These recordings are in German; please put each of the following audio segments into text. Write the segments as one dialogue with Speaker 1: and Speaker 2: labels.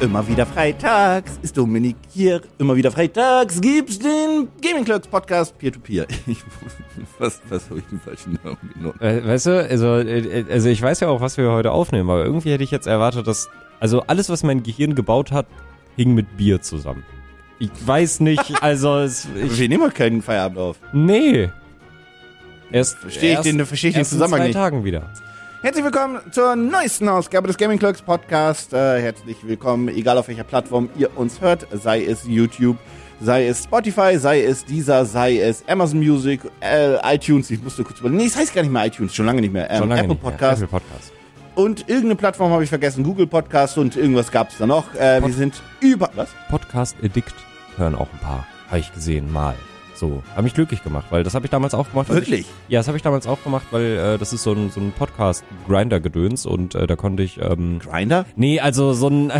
Speaker 1: Immer wieder freitags ist Dominik hier. Immer wieder freitags gibt's den Gaming Clerks Podcast Peer-to-Peer. Ich- was was habe ich den falschen Namen genommen?
Speaker 2: We- Weißt du, also, äh, also ich weiß ja auch, was wir heute aufnehmen, aber irgendwie hätte ich jetzt erwartet, dass. Also alles, was mein Gehirn gebaut hat, hing mit Bier zusammen. Ich weiß nicht, also es, ich.
Speaker 1: Wir nehmen heute keinen Feierabend auf.
Speaker 2: Nee. Erst.
Speaker 1: Verstehe ich
Speaker 2: erst-
Speaker 1: den- verstehe ich den
Speaker 2: erst in
Speaker 1: Zusammenhang
Speaker 2: zwei
Speaker 1: nicht.
Speaker 2: Tagen wieder.
Speaker 1: Herzlich willkommen zur neuesten Ausgabe des Gaming Clerks Podcast. Äh, herzlich willkommen, egal auf welcher Plattform ihr uns hört, sei es YouTube, sei es Spotify, sei es Deezer, sei es Amazon Music, äh, iTunes. Ich musste kurz überlegen. Nee, es heißt gar nicht mehr iTunes, schon lange nicht mehr. Ähm,
Speaker 2: Schon lange
Speaker 1: Apple
Speaker 2: nicht mehr.
Speaker 1: Podcast.
Speaker 2: Apple Podcast.
Speaker 1: Und irgendeine Plattform habe ich vergessen. Google Podcast und irgendwas gab es da noch. Äh, wir sind über. Was?
Speaker 2: Podcast Addict hören auch ein paar. Habe ich gesehen, mal. So. Hat mich glücklich gemacht, weil das habe ich damals auch gemacht. weil ich-
Speaker 1: Wirklich?
Speaker 2: Ja, das habe ich damals auch gemacht, weil äh, das ist so ein, so ein Podcast-Grinder-Gedöns und äh, da konnte ich. Ähm,
Speaker 1: Grinder?
Speaker 2: nee, also so ein.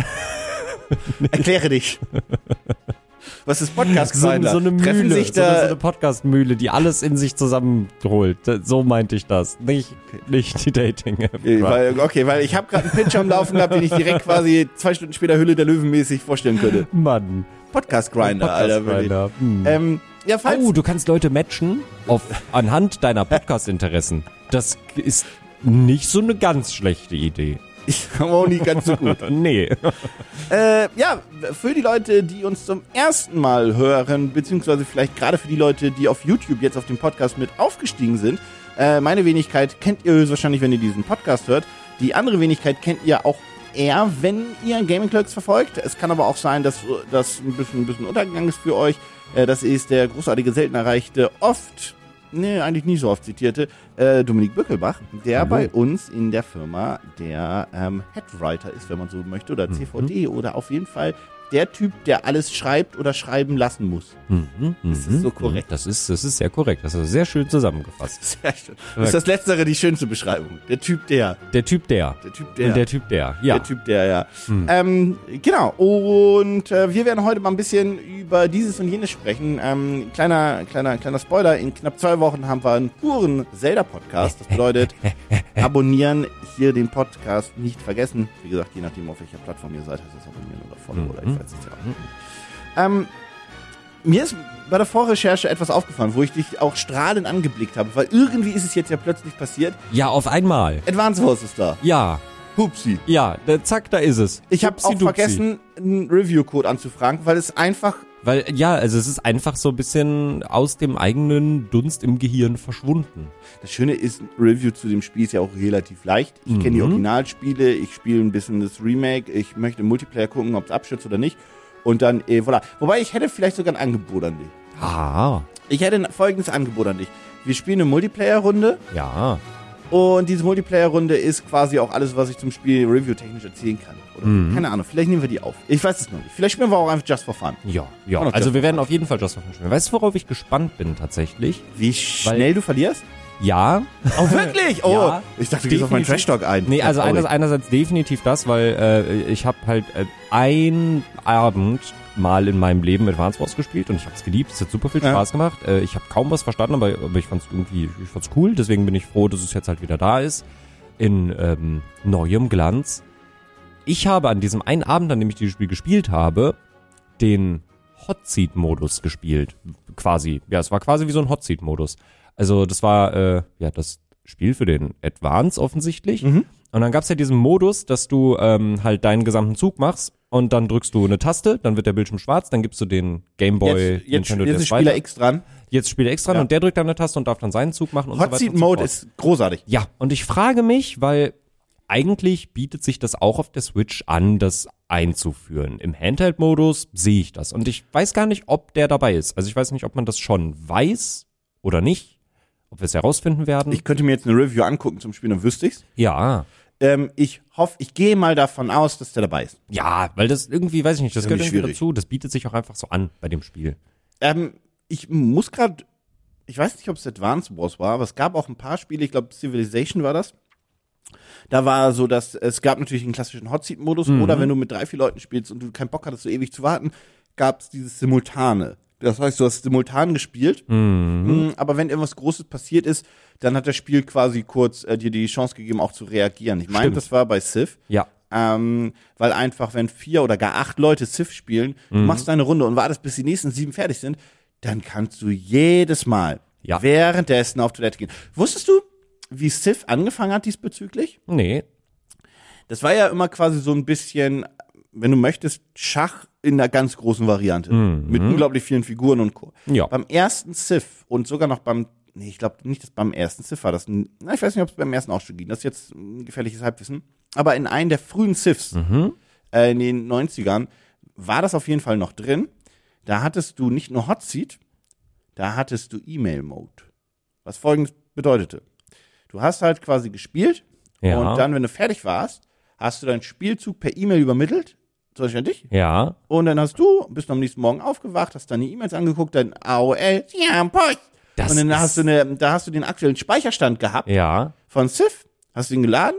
Speaker 1: Erkläre dich. Was ist Podcast
Speaker 2: so,
Speaker 1: Grinder?
Speaker 2: so eine Mühle,
Speaker 1: Treffen sich
Speaker 2: so eine, so
Speaker 1: da.
Speaker 2: eine Podcast-Mühle, die alles in sich zusammenholt. Da- So meinte ich das. Nicht, nicht die Dating-App.
Speaker 1: Äh, weil, okay, weil ich habe gerade einen Pitch am Laufen gehabt, den ich direkt quasi zwei Stunden später Hülle der Löwen mäßig vorstellen könnte.
Speaker 2: Mann.
Speaker 1: Podcast Grinder, Alter. wirklich.
Speaker 2: Podcast-Grinder. Hm.
Speaker 1: Ähm, ja, falls.
Speaker 2: Oh, du kannst Leute matchen auf, anhand deiner Podcast-Interessen. Das ist nicht so eine ganz schlechte Idee.
Speaker 1: Ich war auch nicht ganz so gut.
Speaker 2: Nee.
Speaker 1: Äh, ja, für die Leute, die uns zum ersten Mal hören, beziehungsweise vielleicht gerade für die Leute, die auf YouTube jetzt auf dem Podcast mit aufgestiegen sind, äh, meine Wenigkeit kennt ihr höchstwahrscheinlich, wenn ihr diesen Podcast hört. Die andere Wenigkeit kennt ihr auch eher, wenn ihr Gaming Clerks verfolgt. Es kann aber auch sein, dass äh, das ein bisschen, ein bisschen untergegangen ist für euch. Äh, das ist der großartige, selten erreichte, oft, nee, eigentlich nie so oft zitierte, äh, Dominik Böckelbach, der
Speaker 2: Hallo.
Speaker 1: bei uns in der Firma der ähm, Headwriter ist, wenn man so möchte,
Speaker 2: Mhm.
Speaker 1: oder CVD oder auf jeden Fall der Typ, der alles schreibt oder schreiben lassen muss.
Speaker 2: Mhm,
Speaker 1: Ist
Speaker 2: mhm,
Speaker 1: das so
Speaker 2: mhm.
Speaker 1: korrekt?
Speaker 2: Das ist, das ist sehr korrekt. Das ist sehr schön zusammengefasst.
Speaker 1: Sehr schön. Das ist das Letztere die schönste Beschreibung. Der Typ, der.
Speaker 2: Der Typ der.
Speaker 1: Der Typ,
Speaker 2: Und
Speaker 1: der.
Speaker 2: der Typ der. Ja.
Speaker 1: Der Typ, der, ja. Ähm, genau. Und äh, wir werden heute mal ein bisschen über dieses und jenes sprechen. Ähm, kleiner, kleiner, kleiner Spoiler. In knapp zwei Wochen haben wir einen puren Zelda-Podcast. Das bedeutet, abonnieren hier den Podcast nicht vergessen. Wie gesagt, je nachdem, auf welcher Plattform ihr seid, heißt das abonnieren oder follow oder ich weiß es ja auch nicht. Ähm, mir ist bei der Vorrecherche etwas aufgefallen, wo ich dich auch strahlend angeblickt habe, weil irgendwie ist es jetzt ja plötzlich passiert.
Speaker 2: ja, auf einmal.
Speaker 1: Advance Wars ist da.
Speaker 2: Ja.
Speaker 1: Hupsi.
Speaker 2: Ja, da, zack, da ist es.
Speaker 1: Ich habe auch
Speaker 2: Upsi-dupsi.
Speaker 1: vergessen, einen Review-Code anzufragen, weil es einfach.
Speaker 2: Weil, ja, also es ist einfach so ein bisschen aus dem eigenen Dunst im Gehirn verschwunden.
Speaker 1: Das Schöne ist, ein Review zu dem Spiel ist ja auch relativ leicht. Ich kenne die Originalspiele, ich spiele ein bisschen das Remake, ich möchte im Multiplayer gucken, ob es abschützt oder nicht. Und dann, eh, voilà. Wobei, ich hätte vielleicht sogar ein Angebot an dich.
Speaker 2: Ah,
Speaker 1: Ich hätte ein folgendes Angebot an dich. Wir spielen eine Multiplayer-Runde
Speaker 2: ja.
Speaker 1: und diese Multiplayer-Runde ist quasi auch alles, was ich zum Spiel review-technisch erzählen kann. Oder keine Ahnung, vielleicht nehmen wir die auf. Ich weiß es noch nicht. Vielleicht spielen wir auch einfach Just for Fun.
Speaker 2: Ja, ja.
Speaker 1: Auch noch
Speaker 2: Also
Speaker 1: Just
Speaker 2: wir werden auf jeden Fall Just for Fun spielen. Weißt du, worauf ich gespannt bin tatsächlich?
Speaker 1: Wie schnell du verlierst?
Speaker 2: Ja.
Speaker 1: Oh, wirklich? Oh,
Speaker 2: Ja,
Speaker 1: ich dachte, du gehst auf meinen
Speaker 2: definitiv.
Speaker 1: Trash-Talk ein.
Speaker 2: Nee, also
Speaker 1: Ja, traurig.
Speaker 2: einerseits, einerseits definitiv das, weil äh, ich habe halt äh, ein Abend mal in meinem Leben Advance Wars gespielt und ich habe es geliebt. Es hat super viel
Speaker 1: Ja.
Speaker 2: Spaß gemacht. Äh, ich habe kaum was verstanden, aber, aber ich fand es irgendwie, ich fand's cool. Deswegen bin ich froh, dass es jetzt halt wieder da ist. In ähm, neuem Glanz. Ich habe an diesem einen Abend, an dem ich dieses Spiel gespielt habe, den Hot Seat Modus gespielt, quasi. Ja, es war quasi wie so ein Hot Seat Modus. Also das war äh, ja das Spiel für den Advance offensichtlich.
Speaker 1: Mhm.
Speaker 2: Und dann gab's ja diesen Modus, dass du ähm, halt deinen gesamten Zug machst und dann drückst du eine Taste, dann wird der Bildschirm schwarz, dann gibst du den Gameboy
Speaker 1: jetzt, jetzt,
Speaker 2: Nintendo
Speaker 1: jetzt
Speaker 2: DS
Speaker 1: ist Spieler
Speaker 2: weiter.
Speaker 1: X dran.
Speaker 2: Jetzt spielt er extra
Speaker 1: Ja.
Speaker 2: und der drückt dann eine Taste und darf dann seinen Zug machen und so
Speaker 1: Hot
Speaker 2: weiter.
Speaker 1: Seat
Speaker 2: und so
Speaker 1: Mode
Speaker 2: fort.
Speaker 1: ist großartig.
Speaker 2: Ja, und ich frage mich, weil eigentlich bietet sich das auch auf der Switch an, das einzuführen. Im Handheld-Modus sehe ich das. Und ich weiß gar nicht, ob der dabei ist. Also ich weiß nicht, ob man das schon weiß oder nicht. Ob wir es herausfinden werden.
Speaker 1: Ich könnte mir jetzt eine Review angucken zum Spiel, dann wüsste ich's.
Speaker 2: ja.
Speaker 1: Ähm, ich hoffe, ich gehe mal davon aus, dass der dabei ist.
Speaker 2: Ja, weil das irgendwie, weiß ich nicht, das
Speaker 1: Irgendwie
Speaker 2: gehört irgendwie
Speaker 1: schwierig.
Speaker 2: dazu. Das bietet sich auch einfach so an bei dem Spiel.
Speaker 1: Ähm, ich muss gerade, ich weiß nicht, ob es Advance Wars war, aber es gab auch ein paar Spiele, ich glaube Civilization war das. Da war so, dass es gab natürlich den klassischen Hot Seat Modus oder wenn du mit drei, vier Leuten spielst und du keinen Bock hattest, so ewig zu warten, gab es dieses Simultane. Das heißt, du hast simultan gespielt Mhm, Aber wenn irgendwas Großes passiert ist, dann hat das Spiel quasi kurz äh, dir die Chance gegeben, auch zu reagieren. Ich meine,
Speaker 2: Stimmt.
Speaker 1: das war bei Civ.
Speaker 2: Ja.
Speaker 1: Ähm, weil einfach, wenn vier oder gar acht Leute Civ spielen, du machst deine Runde und wartest, bis die nächsten sieben fertig sind, dann kannst du jedes Mal
Speaker 2: Ja.
Speaker 1: währenddessen auf Toilette gehen. Wusstest du, wie Civ angefangen hat diesbezüglich?
Speaker 2: Nee.
Speaker 1: Das war ja immer quasi so ein bisschen, wenn du möchtest, Schach in einer ganz großen Variante. Mit unglaublich vielen Figuren und Co.
Speaker 2: Ja.
Speaker 1: Beim ersten Civ und sogar noch beim, nee, ich glaube nicht, dass beim ersten Civ war das. ein- Na, ich weiß nicht, ob es beim ersten auch schon ging. Das ist jetzt ein gefährliches Halbwissen. Aber in einem der frühen Civs, äh, in den 90ern, war das auf jeden Fall noch drin. Da hattest du nicht nur Hot Seat, da hattest du E-Mail-Mode. Was folgendes bedeutete. Du hast halt quasi gespielt
Speaker 2: Ja.
Speaker 1: und dann, wenn du fertig warst, hast du deinen Spielzug per E-Mail übermittelt, zum Beispiel an dich,
Speaker 2: Ja.
Speaker 1: und dann hast du, bist am nächsten Morgen aufgewacht, hast deine E-Mails angeguckt, dein AOL, ja, Post.
Speaker 2: Das
Speaker 1: und dann
Speaker 2: ist-
Speaker 1: hast du eine, da hast du den aktuellen Speicherstand gehabt
Speaker 2: Ja.
Speaker 1: von Civ, hast ihn geladen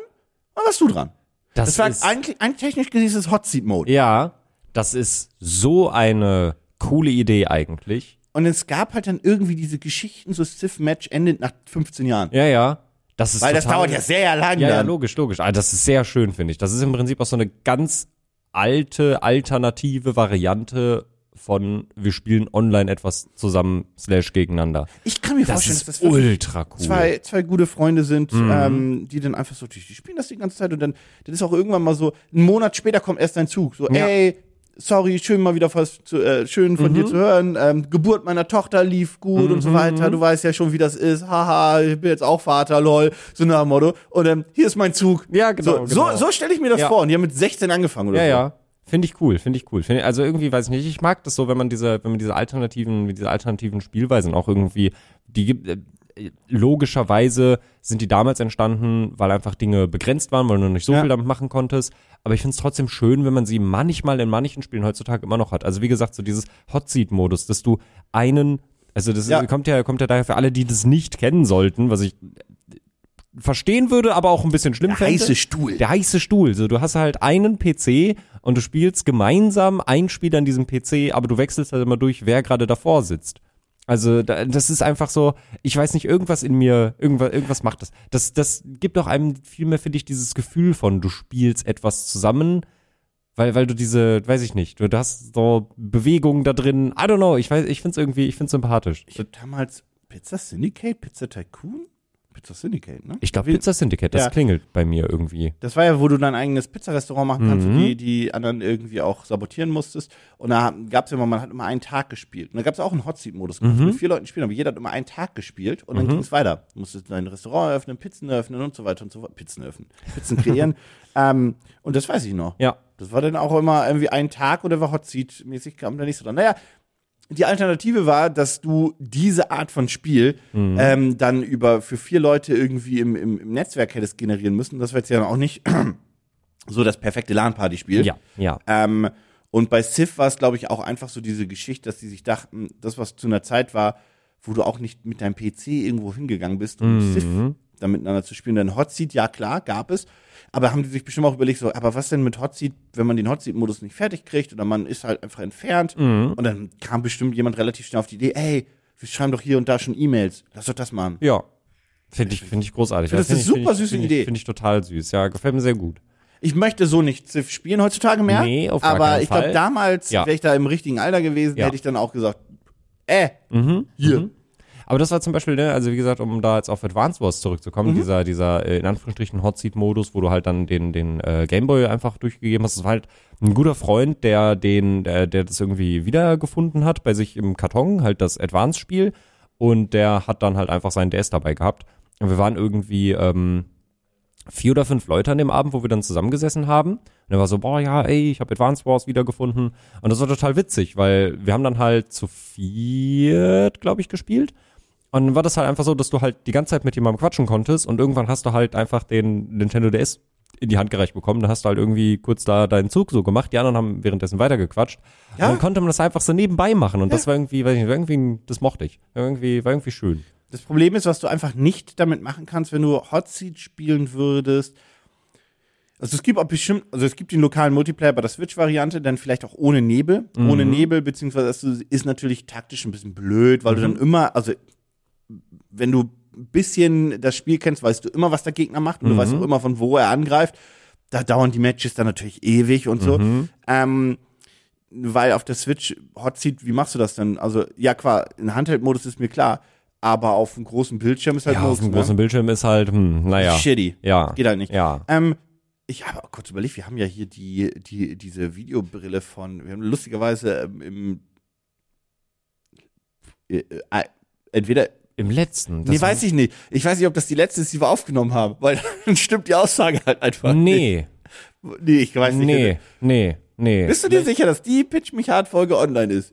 Speaker 1: und warst du dran.
Speaker 2: Das,
Speaker 1: Das, war
Speaker 2: ist,
Speaker 1: eigentlich, eigentlich technisch gesehen ist es Hot Seat Mode.
Speaker 2: ja, das ist so eine coole Idee eigentlich.
Speaker 1: Und es gab halt dann irgendwie diese Geschichten, so Civ Match endet nach 15 Jahren.
Speaker 2: Ja, ja. Das ist
Speaker 1: Weil das
Speaker 2: total-
Speaker 1: dauert ja sehr lange.
Speaker 2: Ja, ja,
Speaker 1: dann.
Speaker 2: logisch, logisch. Ah, das ist sehr schön, finde ich. Das ist im Prinzip auch so eine ganz alte, alternative Variante von wir spielen online etwas zusammen slash gegeneinander.
Speaker 1: ich kann mir
Speaker 2: Das
Speaker 1: vorstellen,
Speaker 2: ist Mhm.
Speaker 1: dass das wirklich
Speaker 2: ultra cool.
Speaker 1: zwei, zwei gute Freunde sind, ähm, die dann einfach so, die, die spielen das die ganze Zeit und dann, dann ist auch irgendwann mal so, einen Monat später kommt erst dein Zug. So,
Speaker 2: Ja.
Speaker 1: ey, sorry, schön mal wieder was zu, äh, schön von
Speaker 2: Mhm.
Speaker 1: dir zu hören. Ähm, Geburt meiner Tochter lief gut und so weiter. Du weißt ja schon, wie das ist. Haha, ich bin jetzt auch Vater, lol. So nach dem Motto. Und ähm, hier ist mein Zug.
Speaker 2: Ja, genau,
Speaker 1: So,
Speaker 2: genau.
Speaker 1: so, so stelle ich mir das
Speaker 2: Ja.
Speaker 1: vor. Und die haben mit 16 angefangen oder
Speaker 2: ja,
Speaker 1: so.
Speaker 2: ja. Finde ich cool, finde ich cool. Find, also irgendwie, weiß ich nicht, ich mag das so, wenn man diese, wenn man diese alternativen, mit dieser alternativen Spielweisen auch irgendwie, die gibt, äh, logischerweise sind die damals entstanden, weil einfach Dinge begrenzt waren, weil du noch nicht so
Speaker 1: Ja.
Speaker 2: viel damit machen konntest. Aber ich finde es trotzdem schön, wenn man sie manchmal in manchen Spielen heutzutage immer noch hat. Also wie gesagt, so dieses Hot Seat-Modus, dass du einen, also das
Speaker 1: Ja.
Speaker 2: kommt ja, kommt ja daher für alle, die das nicht kennen sollten, was ich verstehen würde, aber auch ein bisschen schlimm
Speaker 1: Der
Speaker 2: fände.
Speaker 1: heiße Stuhl.
Speaker 2: Der heiße Stuhl. So, du hast halt einen PC und du spielst gemeinsam ein Spiel an diesem PC, aber du wechselst halt immer durch, wer gerade davor sitzt. Also da- das ist einfach so, ich weiß nicht, irgendwas in mir, irgendwas, irgendwas macht das. Das, das gibt auch einem vielmehr, finde ich, dieses Gefühl von, du spielst etwas zusammen, weil, weil du diese, weiß ich nicht, du du hast so Bewegungen da drin, I don't know, ich weiß, ich finde es irgendwie, ich finde es sympathisch.
Speaker 1: Ich hab damals Pizza Syndicate, Pizza Tycoon? Pizza Syndicate, ne?
Speaker 2: Ich glaube,
Speaker 1: Wie-
Speaker 2: Pizza Syndicate, das
Speaker 1: Ja.
Speaker 2: klingelt bei mir irgendwie.
Speaker 1: Das war ja, wo du dein eigenes Pizzarestaurant machen kannst und die, die anderen irgendwie auch sabotieren musstest. Und da gab es immer, man hat immer einen Tag gespielt. Und da gab es auch einen Hotseat-Modus. Du konntest Mit vier Leuten spielen, aber jeder hat immer einen Tag gespielt und dann ging es weiter. Du musstest dein Restaurant eröffnen, Pizzen eröffnen und so weiter und so fort. Pizzen eröffnen, Pizzen kreieren. ähm, und das weiß ich noch.
Speaker 2: Ja.
Speaker 1: Das war dann auch immer irgendwie ein Tag oder war Hotseat-mäßig, kam da nicht so dran. Naja, die Alternative war, dass du diese Art von Spiel ähm, dann über für vier Leute irgendwie im, im, im Netzwerk hättest generieren müssen. Das war jetzt ja auch nicht so das perfekte LAN-Party-Spiel.
Speaker 2: Ja, ja.
Speaker 1: Ähm, und bei Civ war es, glaube ich, auch einfach so diese Geschichte, dass die sich dachten, das, was zu einer Zeit war, wo du auch nicht mit deinem PC irgendwo hingegangen bist, um Civ da miteinander zu spielen. Denn Hotseat, ja klar, gab es. Aber haben die sich bestimmt auch überlegt, so, aber was denn mit Hotseat, wenn man den Hotseat-Modus nicht fertig kriegt oder man ist halt einfach entfernt? Und dann kam bestimmt jemand relativ schnell auf die Idee, ey, wir schreiben doch hier und da schon E-Mails. Lass doch das machen.
Speaker 2: Ja. Finde ich, finde ich großartig.
Speaker 1: Das
Speaker 2: Ja,
Speaker 1: ist
Speaker 2: find
Speaker 1: eine super
Speaker 2: ich, find ich,
Speaker 1: süße
Speaker 2: find ich,
Speaker 1: Idee.
Speaker 2: Finde ich total süß. Ja, gefällt mir sehr gut.
Speaker 1: Ich möchte so nicht Civ spielen heutzutage mehr.
Speaker 2: Nee, auf gar
Speaker 1: aber
Speaker 2: keinen
Speaker 1: ich glaube,
Speaker 2: Fall.
Speaker 1: damals
Speaker 2: Ja.
Speaker 1: wäre ich da im richtigen Alter gewesen,
Speaker 2: Ja. Mhm,
Speaker 1: hätte ich dann auch gesagt, äh, hier.
Speaker 2: Aber das war zum Beispiel, ne, also wie gesagt, um da jetzt auf Advance Wars zurückzukommen, dieser, dieser äh, in Anführungsstrichen Hot Seat Modus, wo du halt dann den, den äh, Gameboy einfach durchgegeben hast. Das war halt ein guter Freund, der den, der, der das irgendwie wiedergefunden hat bei sich im Karton, halt das Advance Spiel. Und der hat dann halt einfach seinen DS dabei gehabt. Und wir waren irgendwie, ähm, vier oder fünf Leute an dem Abend, wo wir dann zusammengesessen haben. Und er war so, boah, ja, ey, ich habe Advance Wars wiedergefunden. Und das war total witzig, weil wir haben dann halt zu viert, glaube ich, gespielt. Und dann war das halt einfach so, dass du halt die ganze Zeit mit jemandem quatschen konntest und irgendwann hast du halt einfach den Nintendo DS in die Hand gereicht bekommen. Dann hast du halt irgendwie kurz da deinen Zug so gemacht. Die anderen haben währenddessen weitergequatscht.
Speaker 1: Ja.
Speaker 2: Und dann konnte man das einfach so nebenbei machen. Und das war irgendwie, weiß ich nicht, war irgendwie, das mochte ich. Irgendwie, war irgendwie schön.
Speaker 1: Das Problem ist, was du einfach nicht damit machen kannst, wenn du Hot Seat spielen würdest. Also es gibt auch bestimmt, also es gibt den lokalen Multiplayer bei der Switch-Variante, dann vielleicht auch ohne Nebel. Ohne Nebel, beziehungsweise das ist natürlich taktisch ein bisschen blöd, weil du dann immer, also wenn du ein bisschen das Spiel kennst, weißt du immer, was der Gegner macht und du weißt auch immer, von wo er angreift. da dauern die Matches dann natürlich ewig und
Speaker 2: Mhm.
Speaker 1: so. Ähm, weil auf der Switch Hot Seat, wie machst du das denn? Also, ja, klar, in Handheld-Modus ist mir klar, aber auf dem großen Bildschirm ist halt
Speaker 2: Ja,
Speaker 1: Murks,
Speaker 2: auf dem
Speaker 1: ne?
Speaker 2: großen Bildschirm ist halt, hm, naja.
Speaker 1: Shitty.
Speaker 2: Ja.
Speaker 1: Geht halt nicht.
Speaker 2: Ja.
Speaker 1: Ähm, ich habe auch kurz überlegt, wir haben ja hier die, die, diese Videobrille von, wir haben lustigerweise ähm, im äh, äh, entweder,
Speaker 2: Im letzten.
Speaker 1: nee, weiß ich nicht. Ich weiß nicht, ob das die letzte ist, die wir aufgenommen haben, weil dann stimmt die Aussage halt einfach nicht.
Speaker 2: Nee,
Speaker 1: Nee, ich weiß nicht.
Speaker 2: nee, nee, nee.
Speaker 1: Bist du dir sicher, dass die Pitch mich hart Folge online ist?